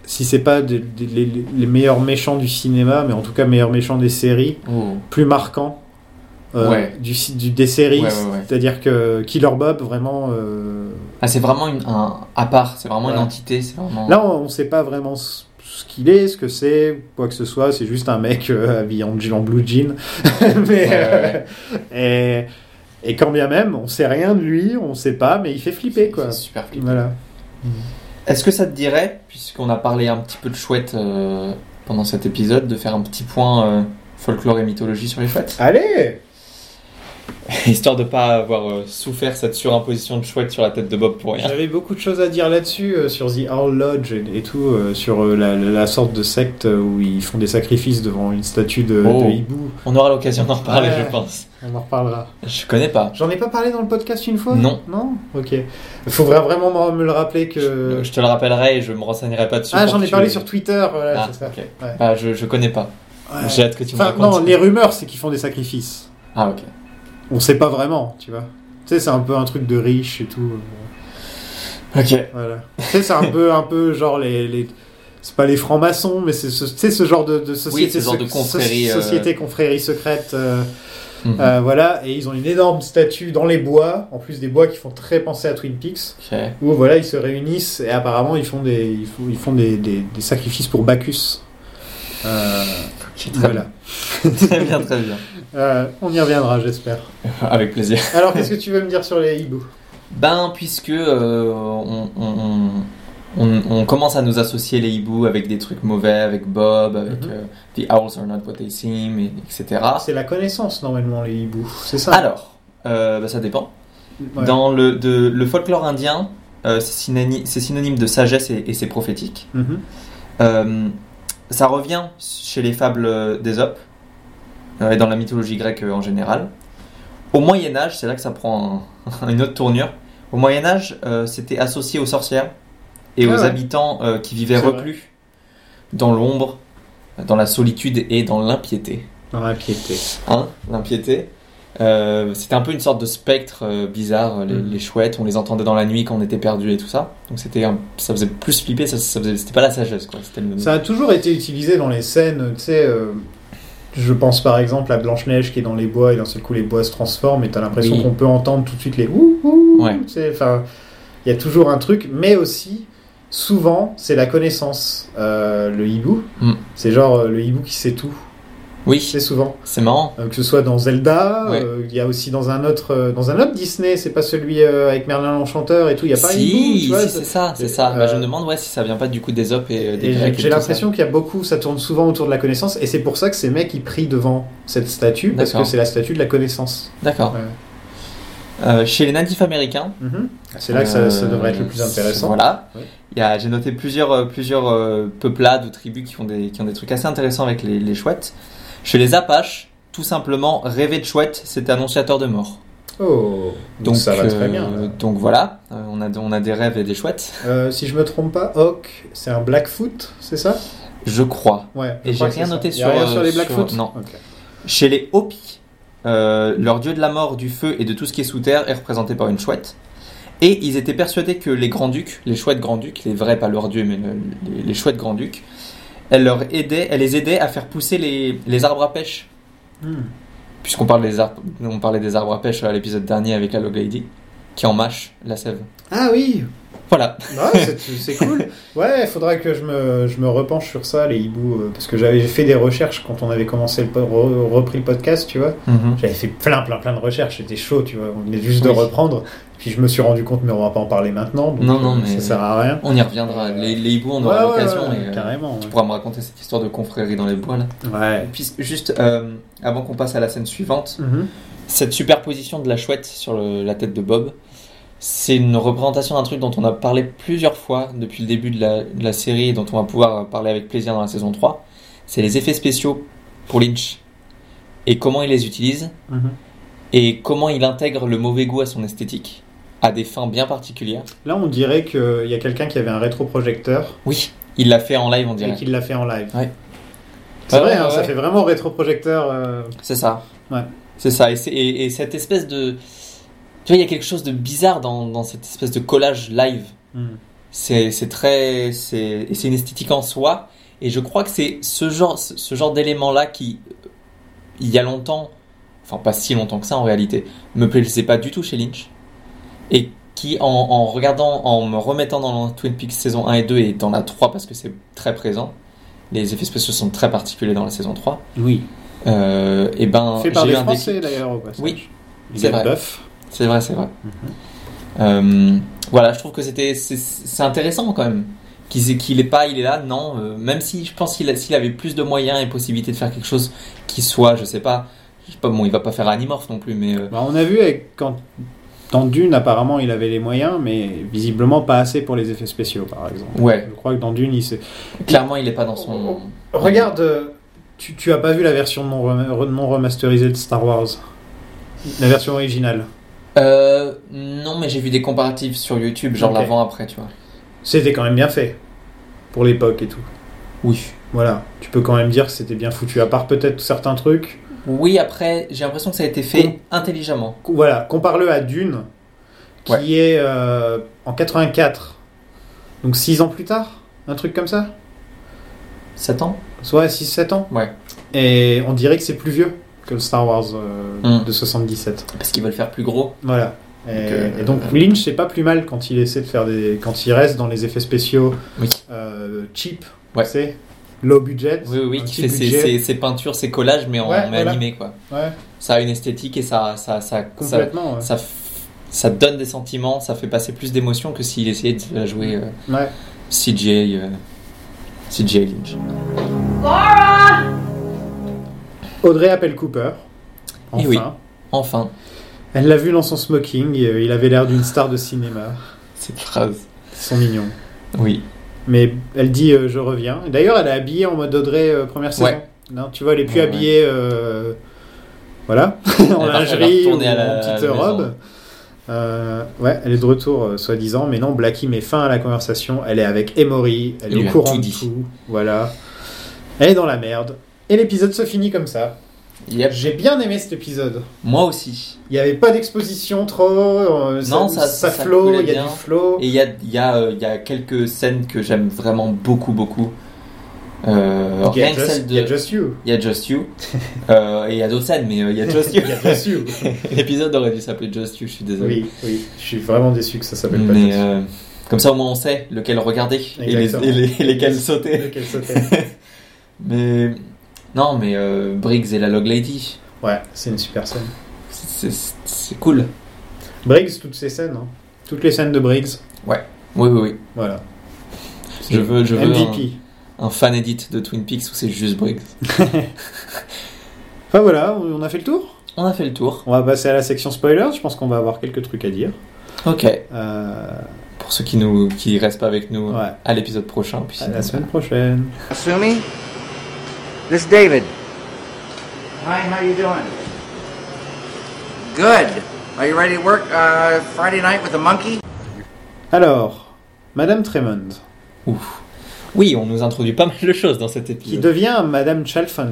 S2: si c'est pas des- des- les, les meilleurs méchants du cinéma, mais en tout cas, meilleurs méchants des séries,
S3: Oh.
S2: plus marquants euh,
S3: Ouais.
S2: du, ci- du- des séries.
S3: Ouais, ouais, ouais.
S2: C'est-à-dire que Killer Bob, vraiment. euh,
S3: Ah, c'est vraiment une, un, à part, c'est vraiment
S2: Ouais.
S3: une entité, c'est vraiment.
S2: Là, on ne sait pas vraiment ce ce qu'il est, ce que c'est, quoi que ce soit, c'est juste un mec euh, habillé en, jean- en blue jean. [LAUGHS] mais,
S3: ouais,
S2: euh, et, et quand bien même, on sait rien de lui, on sait pas, mais il fait flipper, quoi.
S3: C'est super flippant.
S2: Voilà.
S3: Est-ce que ça te dirait, puisqu'on a parlé un petit peu de chouettes euh, pendant cet épisode, de faire un petit point euh, folklore et mythologie sur les chouettes
S2: Allez
S3: [LAUGHS] Histoire de pas avoir euh, souffert cette surimposition de chouettes sur la tête de Bob pour rien.
S2: J'avais beaucoup de choses à dire là-dessus, euh, sur The Owl Lodge et, et tout, euh, sur euh, la, la sorte de secte euh, où ils font des sacrifices devant une statue de,
S3: Oh.
S2: de hibou.
S3: On aura l'occasion d'en reparler,
S2: Ouais.
S3: je pense.
S2: On en reparlera.
S3: Je connais pas.
S2: J'en ai pas parlé dans le podcast une fois
S3: Non.
S2: Non Ok. Faudra vraiment me le rappeler que...
S3: Euh, Je te le rappellerai et je me renseignerai pas dessus.
S2: Ah,
S3: pour
S2: j'en
S3: que
S2: ai
S3: tu
S2: parlé
S3: aies-
S2: sur Twitter, voilà,
S3: Ah,
S2: c'est ça.
S3: ok.
S2: Ouais.
S3: Bah, je, je connais pas.
S2: Ouais.
S3: J'ai hâte que tu me
S2: Enfin, non,
S3: racontes.
S2: les rumeurs, c'est qu'ils font des sacrifices.
S3: Ah, ok.
S2: On sait pas vraiment, tu vois. Tu sais, c'est un peu un truc de riche et tout. euh,
S3: Ok.
S2: Voilà. tu sais, c'est un peu, un peu genre les. les- C'est pas les francs-maçons, mais c'est ce, tu sais, ce genre de, de société.
S3: ce genre de confrérie, euh,
S2: Société confrérie secrète. euh,
S3: Mhm.
S2: euh, voilà, et ils ont une énorme statue dans les bois, en plus des bois qui font très penser à Twin Peaks,
S3: Ok.
S2: où voilà, ils se réunissent et apparemment ils font des, ils font, ils font des, des- des sacrifices pour Bacchus. Euh,
S3: Ok, très
S2: voilà.
S3: bien. [LAUGHS] très bien, très bien.
S2: Euh, on y reviendra, j'espère.
S3: Avec plaisir.
S2: Alors, qu'est-ce que tu veux me dire sur les hiboux
S3: Ben, puisque euh, on, on- on- on- on commence à nous associer les hiboux avec des trucs mauvais, avec Bob, avec
S2: Mhm.
S3: euh, The Owls Are Not What They Seem, et- etc.
S2: Ah, C'est la connaissance, normalement, les hiboux. C'est ça
S3: Alors, euh, ben, ça dépend.
S2: Ouais.
S3: Ah, Dans le, de- le folklore indien, euh, c'est synony- c'est synonyme, de sagesse et, et c'est prophétique.
S2: Mhm.
S3: Euh, ça revient chez les fables d'Ésope euh, et dans la mythologie grecque euh, en général. Au Moyen Âge, c'est là que ça prend un- [LAUGHS] une autre tournure. Au Moyen Âge, euh, c'était associé aux sorcières et
S2: Ah
S3: aux
S2: ouais.
S3: habitants euh, qui vivaient
S2: C'est vrai.
S3: reclus dans l'ombre, dans la solitude et dans l'impiété.
S2: Dans la piété.
S3: Hein, l'impiété. Euh, c'était un peu une sorte de spectre euh, bizarre, euh, les,
S2: Mhm.
S3: les chouettes, on les entendait dans la nuit quand on était perdu et tout ça. Donc c'était un- ça faisait plus flipper, ça, ça faisait- c'était pas la sagesse quoi. C'était le-
S2: Ça a toujours été utilisé dans les scènes, tu sais. euh, Je pense par exemple à Blanche-Neige qui est dans les bois et d'un seul coup les bois se transforment et t'as l'impression
S3: Oui.
S2: qu'on peut entendre tout de suite les ouh ouh.
S3: Ouais.
S2: tu sais, Enfin, il y a toujours un truc, mais aussi souvent c'est la connaissance. Euh, le hibou,
S3: Mm.
S2: c'est genre euh, le hibou qui sait tout.
S3: Oui,
S2: C'est souvent.
S3: c'est marrant.
S2: Euh, que ce soit dans Zelda,
S3: Ouais.
S2: euh, il y a aussi dans un autre, euh, dans un autre Disney, c'est pas celui euh, avec Merlin l'Enchanteur et tout, il y a pas une boule,
S3: si,
S2: tu vois,
S3: si,
S2: ça-
S3: c'est ça,
S2: et,
S3: c'est ça. Bah, je
S2: euh,
S3: me demande ouais, si ça vient pas du coup des op et euh, des
S2: et
S3: Grecs
S2: j'ai-
S3: et
S2: j'ai
S3: tout ça.
S2: l'impression qu'il y a beaucoup, ça tourne souvent autour de la connaissance, et c'est pour ça que ces mecs ils prient devant cette statue, parce que
S3: D'accord.
S2: c'est la statue de la connaissance.
S3: D'accord.
S2: Ouais.
S3: Euh, chez les natifs américains.
S2: Mhm. C'est là que ça, ça
S3: euh,
S2: devrait être le plus intéressant.
S3: Voilà.
S2: Ouais.
S3: Il y a- J'ai noté plusieurs, euh, plusieurs euh, peuplades ou tribus qui ont, des, qui ont des trucs assez intéressants avec les, les chouettes. Chez les Apaches, tout simplement, rêver de chouette, c'est annonciateur de mort.
S2: Oh,
S3: Donc,
S2: ça va très
S3: euh,
S2: bien.
S3: donc voilà, euh, on, a, on a des rêves et des chouettes,
S2: Euh, si je me trompe pas, Hawk, c'est un Blackfoot, c'est ça
S3: je crois.
S2: Ouais. je
S3: Et j'ai
S2: crois que
S3: rien
S2: c'est ça.
S3: noté
S2: Y a
S3: sur,
S2: rien
S3: euh,
S2: sur les
S3: sur-
S2: Blackfoot.
S3: non.
S2: Ok.
S3: Chez les Hopi, euh, leur dieu de la mort, du feu et de tout ce qui est sous terre est représenté par une chouette. Et ils étaient persuadés que les grands-ducs, les chouettes grands-ducs, les vrais, pas leurs dieux, mais le- les, les chouettes grands-ducs, elles, leur aidaient, elles les aidaient à faire pousser les, les arbres à pêche.
S2: Hmm.
S3: Puisqu'on parle des arbres- on parlait des arbres à pêche à l'épisode dernier avec la Lady, qui en mâche la sève.
S2: Ah oui,
S3: Voilà.
S2: Ouais, c'est- c'est cool. Ouais, il faudra que je me, je me repenche sur ça, les hiboux, euh, parce que j'avais fait des recherches quand on avait commencé le po- re- repris le podcast, tu vois.
S3: Mhm.
S2: J'avais fait plein, plein, plein de recherches, c'était chaud, tu vois. On venait juste de
S3: Oui.
S2: reprendre, puis je me suis rendu compte, mais on va pas en parler maintenant, donc
S3: Non, non,
S2: euh,
S3: mais-
S2: ça sert à rien.
S3: On y reviendra. Les, les hiboux, on aura
S2: Ouais, ouais,
S3: l'occasion.
S2: ouais,
S3: et, euh,
S2: carrément.
S3: tu pourras me raconter cette histoire de confrérie dans les bois là.
S2: Ouais. Ouais.
S3: Puis, juste euh, avant qu'on passe à la scène suivante,
S2: Mhm.
S3: cette superposition de la chouette sur le- la tête de Bob, c'est une représentation d'un truc dont on a parlé plusieurs fois depuis le début de la, de la série et dont on va pouvoir parler avec plaisir dans la saison 3. C'est les effets spéciaux pour Lynch et comment il les utilise
S2: Mhm.
S3: et comment il intègre le mauvais goût à son esthétique à des fins bien particulières.
S2: Là, on dirait qu'il y a quelqu'un qui avait un rétroprojecteur
S3: Oui, il l'a fait en live, on
S2: et
S3: dirait.
S2: qui l'a fait en live.
S3: Ouais.
S2: C'est
S3: Ouais,
S2: vrai,
S3: ouais,
S2: hein,
S3: ouais,
S2: ça
S3: ouais.
S2: fait vraiment rétroprojecteur. euh,
S3: C'est ça.
S2: Ouais.
S3: C'est ça. Et, c'est- et- et cette espèce de. Tu vois, il y a quelque chose de bizarre dans, dans cette espèce de collage live.
S2: hmm.
S3: C'est c'est très. C'est et c'est une esthétique en soi. Et je crois que c'est ce genre, ce ce genre d'élément-là qui, euh, il y a longtemps, enfin pas si longtemps que ça en réalité, me plaisait pas du tout chez Lynch. Et qui, en, en regardant, en me remettant dans la Twin Peaks saison 1 et 2 et dans la 3 parce que c'est très présent, les effets spéciaux sont très particuliers dans la saison 3,
S2: Oui.
S3: euh, et ben.
S2: Fait par
S3: j'ai eu
S2: des
S3: un
S2: Français,
S3: déclic.
S2: d'ailleurs, au passage.
S3: Oui.
S2: Il
S3: C'est
S2: y a
S3: vrai.
S2: Buff.
S3: C'est vrai, c'est vrai. Euh, voilà, je trouve que c'était c'est- c'est intéressant quand même qu'il qu'il est pas, il est là. Non, euh, même si je pense qu'il a- s'il avait plus de moyens et possibilité de faire quelque chose qui soit, je sais pas, je sais pas bon, il va pas faire Animorph non plus, mais euh,
S2: Bah, on a vu avec- quand dans Dune, apparemment, il avait les moyens, mais visiblement pas assez pour les effets spéciaux, par exemple.
S3: ouais,
S2: Je crois que dans Dune, il s'est.
S3: clairement il est pas dans son.
S2: Regarde, euh, tu, tu as pas vu la version non, rem- non remasterisée de Star Wars La version originale.
S3: Euh, non, mais j'ai vu des comparatifs sur YouTube, genre
S2: Ok.
S3: l'avant après, tu vois.
S2: C'était quand même bien fait. Pour l'époque et tout.
S3: Oui.
S2: Voilà. Tu peux quand même dire que c'était bien foutu, à part peut-être certains trucs.
S3: Oui, après, j'ai l'impression que ça a été fait
S2: Con-
S3: intelligemment.
S2: Co- Voilà, compare-le à Dune, qui
S3: Ouais.
S2: est euh, en 84. Donc 6 ans plus tard Un truc comme ça
S3: Satan
S2: Soit 6-7 ans
S3: Ouais.
S2: Et on dirait que c'est plus vieux que le Star Wars euh,
S3: Hmm.
S2: de 77.
S3: Parce qu'ils veulent faire plus gros.
S2: Voilà. Et et donc,
S3: euh,
S2: Lynch, c'est pas plus mal quand il essaie de faire des. quand il reste dans les effets spéciaux
S3: Oui.
S2: euh, cheap,
S3: Ouais.
S2: tu sais, low budget.
S3: Oui, oui,
S2: un
S3: qui
S2: petit
S3: fait ses,
S2: budget.
S3: ses- ses peintures, ses collages, mais en
S2: Ouais,
S3: mais
S2: voilà.
S3: animé, quoi.
S2: Ouais,
S3: Ça a une esthétique et ça, ça, ça, ça,
S2: complètement. ouais.
S3: ça, f- ça donne des sentiments, ça fait passer plus d'émotions que s'il essayait de la jouer euh,
S2: Ouais.
S3: CGI, euh, CGI Lynch.
S2: Audrey appelle Cooper. Enfin.
S3: Eh oui. Enfin,
S2: Elle l'a vu dans son smoking, et, euh, il avait l'air d'une star de cinéma.
S3: cette phrase.
S2: Ils sont mignons.
S3: Oui,
S2: Mais elle dit euh, je reviens. Et D'ailleurs, elle est habillée en mode Audrey euh, première saison.
S3: Ouais.
S2: Non, tu vois, elle est plus
S3: Ouais, ouais.
S2: habillée euh, voilà, [LAUGHS] en
S3: Elle va- elle va
S2: lingerie ou
S3: retourner à la-
S2: en
S3: à
S2: petite
S3: la
S2: robe.
S3: maison.
S2: Euh, ouais, elle est de retour euh, soi-disant, mais non, Blackie met fin à la conversation. Elle est avec Emory, elle
S3: Il
S2: est
S3: lui
S2: au
S3: a
S2: courant
S3: tout
S2: de
S3: dit.
S2: tout. Voilà, elle est dans la merde. Et l'épisode se finit comme ça.
S3: Yep.
S2: J'ai bien aimé cet épisode.
S3: moi aussi.
S2: Il n'y avait pas d'exposition trop. euh,
S3: Non, ça- ça
S2: flow,
S3: coulait
S2: il y a
S3: bien.
S2: du flow.
S3: Et il y a, il y, a, euh, il y a quelques scènes que j'aime vraiment beaucoup, beaucoup. Euh,
S2: Il y a
S3: rien que
S2: just-
S3: celle
S2: il y a
S3: de.
S2: Just You.
S3: Il y a Just
S2: [LAUGHS]
S3: You. Euh, et il y a d'autres scènes, mais euh, il y a Just You.
S2: Il y a Just You.
S3: [LAUGHS] L'épisode aurait dû s'appeler Just You, je suis désolé.
S2: Oui, oui, je suis vraiment déçu que ça s'appelle pas
S3: Mais
S2: Just You.
S3: euh, comme ça, au moins, on sait lequel regarder et, les,
S2: Exactement.
S3: et les- et lesquels sauter. [LAUGHS]
S2: Lequel sauter.
S3: mais non, mais euh, Briggs et la Log Lady,
S2: Ouais, c'est une super scène.
S3: c'est- c'est c'est cool.
S2: Briggs, toutes ces scènes, hein. toutes les scènes de Briggs,
S3: Oui, oui, oui.
S2: voilà.
S3: Je veux, je veux un,
S2: MVP.
S3: un fan edit de Twin Peaks où c'est juste Briggs.
S2: Enfin voilà, on a fait le tour.
S3: On a fait le tour.
S2: On va passer à la section spoilers. Je pense qu'on va avoir quelques trucs à dire.
S3: Ok.
S2: Euh,
S3: Pour ceux qui nous, qui restent pas avec nous
S2: Ouais.
S3: à l'épisode prochain, puis
S2: à la semaine prochaine.
S12: Asumi? This David.
S10: Hi, how you doing?
S12: Good. Are you ready to work uh, Friday night with the monkey?
S2: Alors, Madame Tremond.
S3: Ouf. Oui, on nous introduit pas mal de choses dans cet
S2: Qui
S3: épisode.
S2: devient Madame Chalfant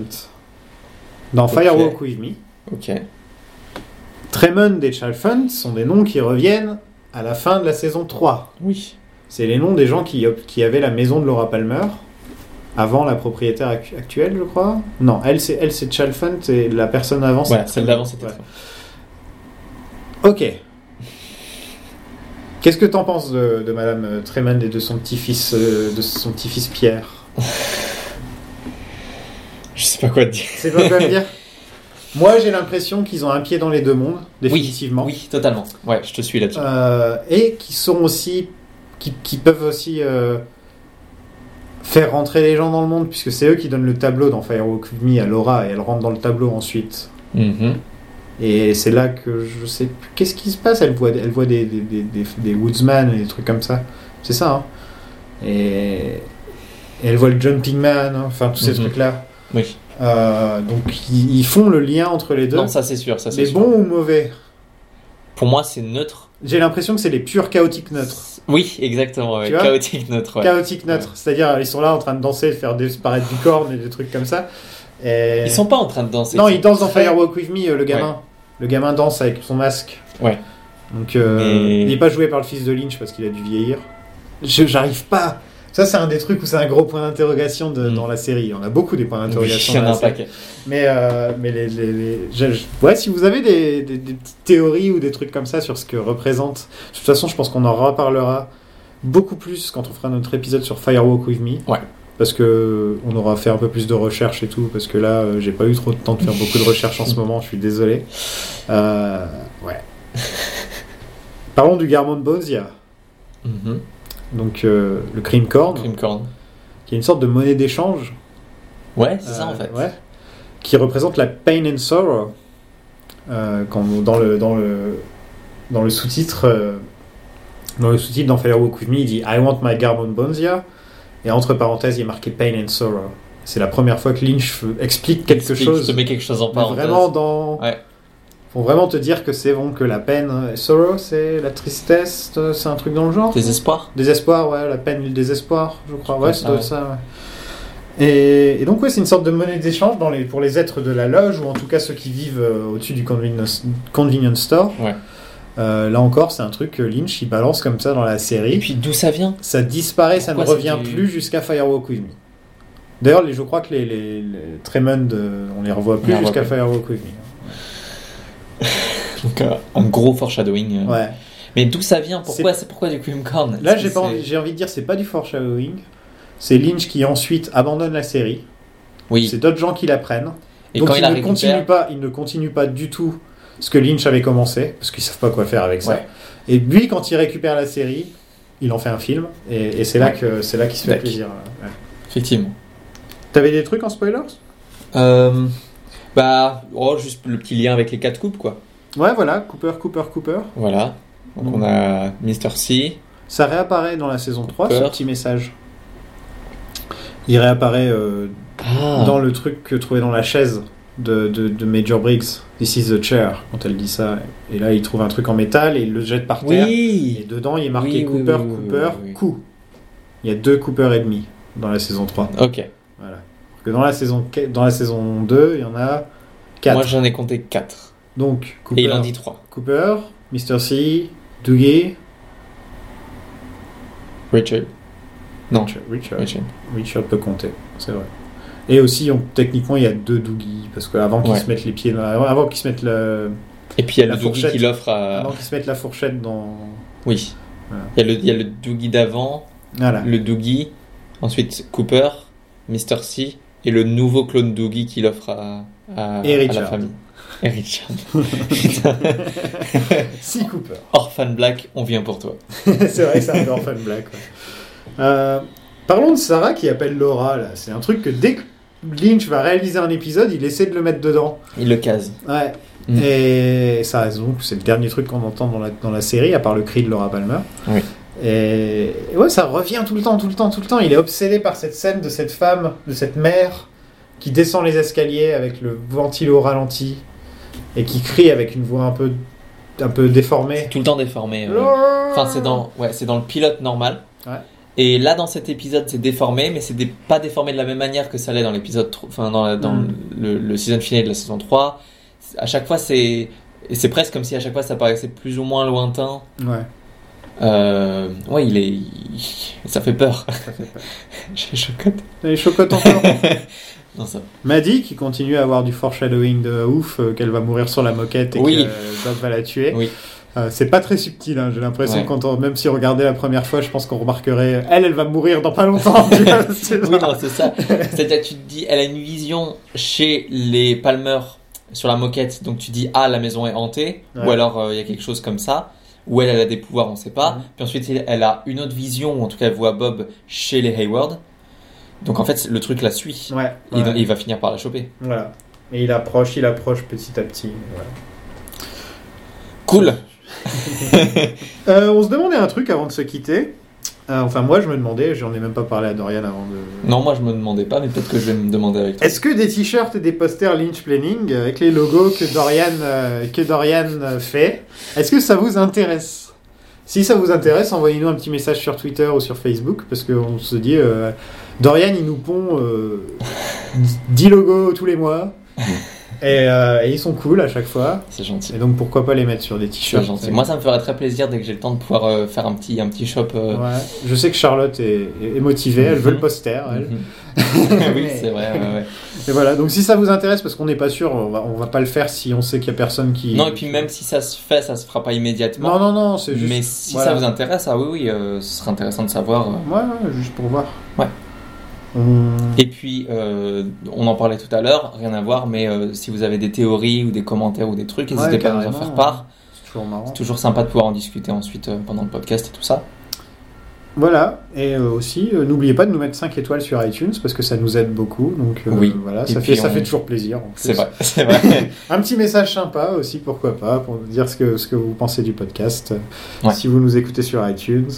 S2: dans
S3: Ok.
S2: Firewalk With Me.
S3: Ok.
S2: Tremond et Chalfant sont des noms qui reviennent à la fin de la saison 3.
S3: Oui.
S2: C'est les noms des gens qui, qui avaient la maison de Laura Palmer avant la propriétaire ac- actuelle, je crois. Non, elle c'est elle c'est Chalfant et la personne avant c'est
S3: Voilà, celle
S2: Tremond.
S3: d'avant, c'était
S2: Ouais.
S3: très bon.
S2: Ok. Qu'est-ce que t'en penses de, de Madame euh, Tremond et de son petit-fils euh, de son petit-fils Pierre
S3: Je sais pas quoi te dire.
S2: C'est pas quoi
S3: [LAUGHS]
S2: me dire Moi, j'ai l'impression qu'ils ont un pied dans les deux mondes, définitivement,
S3: Oui, totalement. Ouais, je te suis là-dessus.
S2: Euh, et qui sont aussi, qui, qui peuvent aussi euh, faire rentrer les gens dans le monde, puisque c'est eux qui donnent le tableau dans Firewalk With Me à Laura et elle rentre dans le tableau ensuite.
S3: Mhm.
S2: Et c'est là que je sais plus qu'est-ce qui se passe. Elle voit, elle voit des, des, des, des, des woodsman et des trucs comme ça. C'est ça. hein. Et, et elle voit le jumping man, hein, enfin tous ces
S3: Mhm.
S2: trucs-là.
S3: Oui.
S2: Euh, donc ils, ils font le lien entre les deux.
S3: Non, ça c'est sûr, ça c'est
S2: Mais
S3: sûr.
S2: bon ou mauvais
S3: Pour moi, c'est neutre.
S2: J'ai l'impression que c'est les purs chaotiques neutres.
S3: Oui, exactement. Ouais.
S2: Tu vois
S3: Chaotique neutre. Ouais.
S2: Chaotiques neutres. C'est-à-dire, ils sont là en train de danser, de faire disparaître du corps et des trucs comme ça. Et-
S3: Ils sont pas en train de danser.
S2: Non,
S3: ils
S2: ils dansent dans
S3: très-
S2: Firewalk With Me, euh, le gamin. Le gamin danse avec son masque.
S3: Ouais.
S2: Donc, euh,
S3: Mais-
S2: il n'est pas joué par le fils de Lynch parce qu'il a dû vieillir. Je- J'arrive pas. Ça, c'est un des trucs où c'est un gros point d'interrogation de- dans la série. On a beaucoup des points d'interrogation.
S3: Mm. Oui, il y en
S2: dans
S3: a
S2: la
S3: un
S2: série.
S3: paquet.
S2: Mais, euh, mais les, les- les- je- je- ouais, si vous avez des, des- des petites théories ou des trucs comme ça sur ce que représente. De toute façon, je pense qu'on en reparlera beaucoup plus quand on fera notre épisode sur Firewalk With Me.
S3: Ouais.
S2: Parce que on aura fait un peu plus de recherche et tout. Parce que là, euh, j'ai pas eu trop de temps de faire beaucoup de recherche en ce moment. Je suis désolé. Euh, ouais. Parlons du Garmon Bosia.
S3: Mhm.
S2: Donc, euh, le crime corn,
S3: Cream corn.
S2: qui est une sorte de monnaie d'échange.
S3: Ouais, c'est ça
S2: Euh,
S3: en fait.
S2: ouais. qui représente la pain and sorrow. Euh, quand, dans le dans le dans le sous-titre euh, dans le sous-titre dans Firewalk With Me, il dit I want my Garbon Bonzia et entre parenthèses il est marqué pain and sorrow. C'est la première fois que Lynch f- explique quelque
S3: Explique,
S2: chose
S3: Je te mets quelque chose en
S2: mais
S3: parenthèse.
S2: vraiment dans
S3: Ouais.
S2: pour vraiment te dire que c'est bon que la peine et sorrow c'est la tristesse euh, c'est un truc dans le genre.
S3: Désespoir.
S2: Désespoir, ouais, la peine et le désespoir, je crois. Ouais,
S3: Ouais, ah
S2: ça doit
S3: ouais.
S2: être ça. ouais. Et, et donc, ouais, c'est une sorte de monnaie d'échange dans les, pour les êtres de la loge, ou en tout cas ceux qui vivent euh, au-dessus du convenience, convenience store.
S3: Ouais.
S2: Euh, là encore, c'est un truc que Lynch, il balance comme ça dans la
S3: Et
S2: série.
S3: puis d'où ça vient
S2: Ça disparaît, ça ne
S3: Pourquoi
S2: revient
S3: c'était-
S2: plus jusqu'à Firewalk With Me. D'ailleurs, les- je crois que les, les, les Tremond, euh, on les revoit plus
S3: les revoit
S2: jusqu'à
S3: plus.
S2: Firewalk With Me.
S3: Donc euh, un gros foreshadowing. euh.
S2: Ouais.
S3: Mais d'où ça vient Pourquoi c'est pourquoi du cream corn
S2: Là,
S3: Est-ce
S2: j'ai
S3: que
S2: pas
S3: c'est-
S2: envie, j'ai envie de dire, c'est pas du foreshadowing. C'est Lynch qui ensuite abandonne la série. C'est
S3: Oui.
S2: d'autres gens qui la prennent.
S3: Et
S2: Donc
S3: quand
S2: il,
S3: il la
S2: ne continue
S3: récupère,
S2: pas, il ne continue pas du tout ce que Lynch avait commencé, parce qu'ils savent pas quoi faire avec ça.
S3: Ouais.
S2: Et lui, quand il récupère la série, il en fait un film, et, et c'est là
S3: Ouais.
S2: que c'est là qu'il se fait
S3: Back.
S2: plaisir. euh, Ouais.
S3: effectivement.
S2: T'avais des trucs en spoilers
S3: Euh, bah, oh, juste le petit lien avec les quatre coupes, quoi.
S2: Ouais, voilà, Cooper, Cooper, Cooper.
S3: Voilà. Donc
S2: Mhm.
S3: on a Mister C.
S2: Ça réapparaît dans la saison 3, ce
S3: Cooper.
S2: petit message. Il réapparaît euh,
S3: Ah.
S2: dans le truc que trouvait dans la chaise de, de- de Major Briggs. This is the chair, quand elle dit ça. Et là, il trouve un truc en métal et il le jette par terre. Et
S3: Oui.
S2: dedans, il est
S3: Oui,
S2: marqué
S3: oui,
S2: Cooper,
S3: oui, oui,
S2: Cooper,
S3: oui, oui.
S2: coup. Il y a deux Cooper et demi dans la saison 3.
S3: Ok.
S2: Voilà. Parce Que dans, la saison, qu- dans la saison 2, il y en a 4.
S3: Moi j'en ai compté 4.
S2: Donc,
S3: Et
S2: Cooper,
S3: il en dit 3.
S2: Cooper, Mr. C, Dougie,
S3: Richard. Non.
S2: Richard, Richard.
S3: Richard.
S2: Richard peut compter, c'est vrai. Et aussi, on- techniquement, il y a deux Dougie, parce qu'avant qu'ils
S3: Ouais.
S2: se mettent les pieds, dans la- avant qu'ils se mettent le-
S3: Et puis il y a
S2: La
S3: le Doogie
S2: fourchette. Ah
S3: qui l'offre à.
S2: avant qu'ils se mettent la fourchette dans,
S3: Oui.
S2: Voilà.
S3: Il y, a le, il y a le Doogie d'avant,
S2: voilà,
S3: le Doogie, ensuite Cooper, Mr. C, et le nouveau clone Doogie qui l'offre à, à,
S2: Et
S3: à
S2: Richard.
S3: la famille. Et Richard.
S2: six Cooper.
S3: Orphan Black, on vient pour toi.
S2: [LAUGHS] c'est vrai, c'est un peu Orphan Black. ouais. Euh, parlons de Sarah qui appelle Laura. Là, c'est un truc que dès que Lynch va réaliser un épisode, il essaie de le mettre dedans.
S3: Il le case.
S2: Ouais.
S3: Mm.
S2: Et ça, donc, c'est le dernier truc qu'on entend dans la, dans la série, à part le cri de Laura Palmer.
S3: Oui.
S2: Et, et ouais, ça revient tout le temps, tout le temps, tout le temps. Il est obsédé par cette scène de cette femme, de cette mère, qui descend les escaliers avec le ventilo ralenti et qui crie avec une voix un peu un peu déformé.
S3: Tout le temps déformé. euh. Enfin, c'est dans, ouais, c'est dans le pilote normal. Et là, dans cet épisode, c'est déformé, mais c'est des- pas déformé de la même manière que ça l'est dans l'épisode, tro- enfin dans, la- dans
S2: Mm.
S3: le, le season finale de la saison 3. À chaque fois, c'est et c'est presque comme si à chaque fois ça paraissait plus ou moins lointain.
S2: Ouais.
S3: Euh, ouais, il est, ça fait peur. [LAUGHS] J'ai chocotte.
S2: Les chocottes encore.
S3: [LAUGHS] Non, ça.
S2: [LAUGHS] Maddy qui continue à avoir du foreshadowing de ouf, euh, qu'elle va mourir sur la moquette et
S3: Oui.
S2: que euh, Bob va la tuer.
S3: Oui.
S2: Euh, c'est pas très subtil, hein, j'ai l'impression
S3: Ouais.
S2: quand on, même si on regardait la première fois, je pense qu'on remarquerait euh, elle, elle va mourir dans pas longtemps. tu vois, [LAUGHS] c'est
S3: oui, non, c'est ça. C'est-à-dire, tu te dis, elle a une vision chez les Palmer sur la moquette, donc tu dis, ah, la maison est hantée,
S2: Ouais.
S3: ou alors euh, il y a quelque chose comme ça, ou elle, elle a des pouvoirs, on sait pas.
S2: Mhm.
S3: Puis ensuite, elle- elle a une autre vision, ou en tout cas, elle voit Bob chez les Hayward. Donc en fait, le truc la suit.
S2: Ouais,
S3: Il-
S2: ouais.
S3: il va finir par la choper.
S2: Voilà. Et il approche, il approche petit à petit. voilà.
S3: Cool!
S2: Euh, on se demandait un truc avant de se quitter. Euh, enfin, moi, je me demandais, j'en ai même pas parlé à Dorian avant de.
S3: Non, moi je me demandais pas, mais peut-être que je vais me demander avec toi.
S2: Est-ce que des t-shirts et des posters Lynch Planning euh, avec les logos que Dorian, euh, que Dorian euh, fait, est-ce que ça vous intéresse Si ça vous intéresse, envoyez-nous un petit message sur Twitter ou sur Facebook parce qu'on se dit, euh, Dorian, il nous pond euh, 10 logos tous les mois. Et, euh, et ils sont cool à chaque fois.
S3: C'est gentil.
S2: Et donc pourquoi pas les mettre sur des
S3: Je suis
S2: t-shirts
S3: gentil. Moi, ça me ferait très plaisir dès que j'ai le temps de pouvoir euh, faire un petit, un petit shop. euh,
S2: Ouais. Je sais que Charlotte est, est motivée, elle
S3: Mhm.
S2: veut le poster. Elle.
S3: [LAUGHS] oui, c'est vrai. ouais, ouais.
S2: Et voilà, donc si ça vous intéresse, parce qu'on n'est pas sûr, on va, on va pas le faire si on sait qu'il y a personne qui.
S3: Non, et puis même si ça se fait, ça se fera pas immédiatement.
S2: Non, non, non, c'est juste-
S3: Mais si
S2: voilà.
S3: ça vous intéresse, ah oui, oui, euh, ce serait intéressant de savoir. euh.
S2: Ouais, ouais, juste pour voir.
S3: Ouais.
S2: Hum.
S3: Et puis, euh, on en parlait tout à l'heure, rien à voir, mais euh, si vous avez des théories ou des commentaires ou des trucs,
S2: Ouais,
S3: n'hésitez pas à nous en
S2: carrément,
S3: faire part.
S2: C'est toujours marrant.
S3: C'est toujours sympa de pouvoir en discuter ensuite euh, pendant le podcast et tout ça.
S2: Voilà, et euh, aussi, euh, n'oubliez pas de nous mettre 5 étoiles sur iTunes, parce que ça nous aide beaucoup. Donc euh,
S3: Oui.
S2: voilà,
S3: Et
S2: ça,
S3: puis
S2: fait, ça
S3: on-
S2: fait toujours plaisir. en
S3: C'est
S2: plus.
S3: vrai, [LAUGHS] c'est vrai.
S2: [LAUGHS] Un petit message sympa aussi, pourquoi pas, pour nous dire ce que, ce que vous pensez du podcast, euh,
S3: Ouais.
S2: si vous nous écoutez sur iTunes.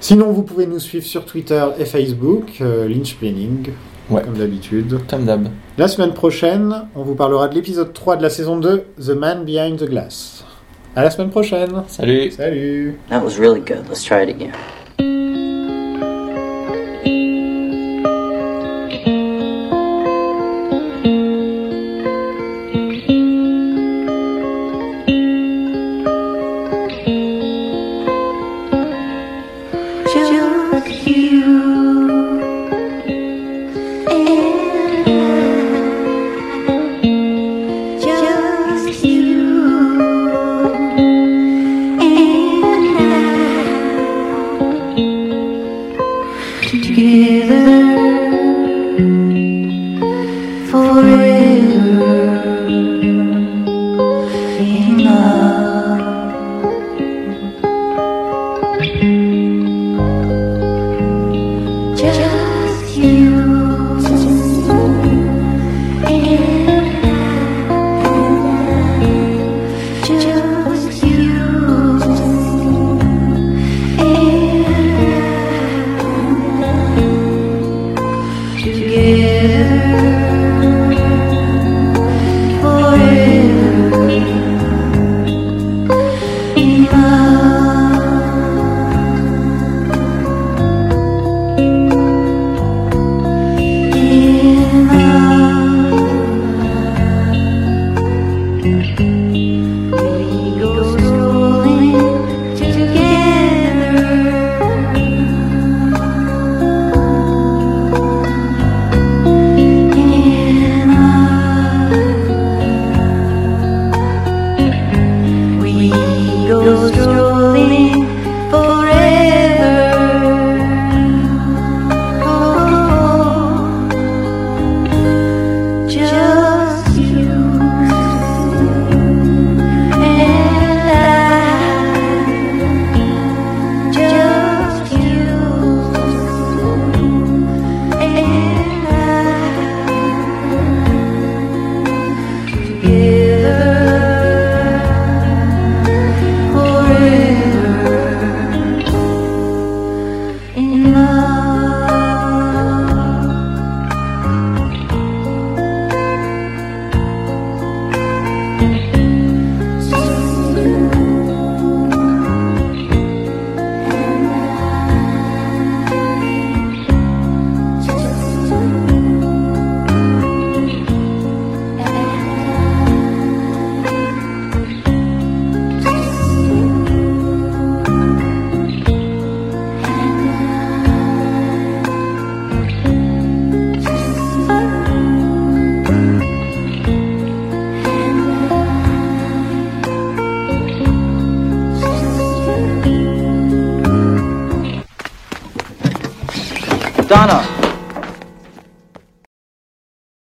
S2: Sinon, vous pouvez nous suivre sur Twitter et Facebook, euh, Lynch Planning,
S3: Ouais.
S2: comme d'habitude.
S3: Comme d'hab.
S2: La semaine prochaine, on vous parlera de l'épisode 3 de la saison 2, The Man Behind the Glass. À la semaine prochaine.
S3: Salut.
S2: Salut.
S13: That was really good. Let's try it again.
S11: Just you and I. Just you and I. Together forever in love. Just you Together forever
S6: Oh,
S7: Donna.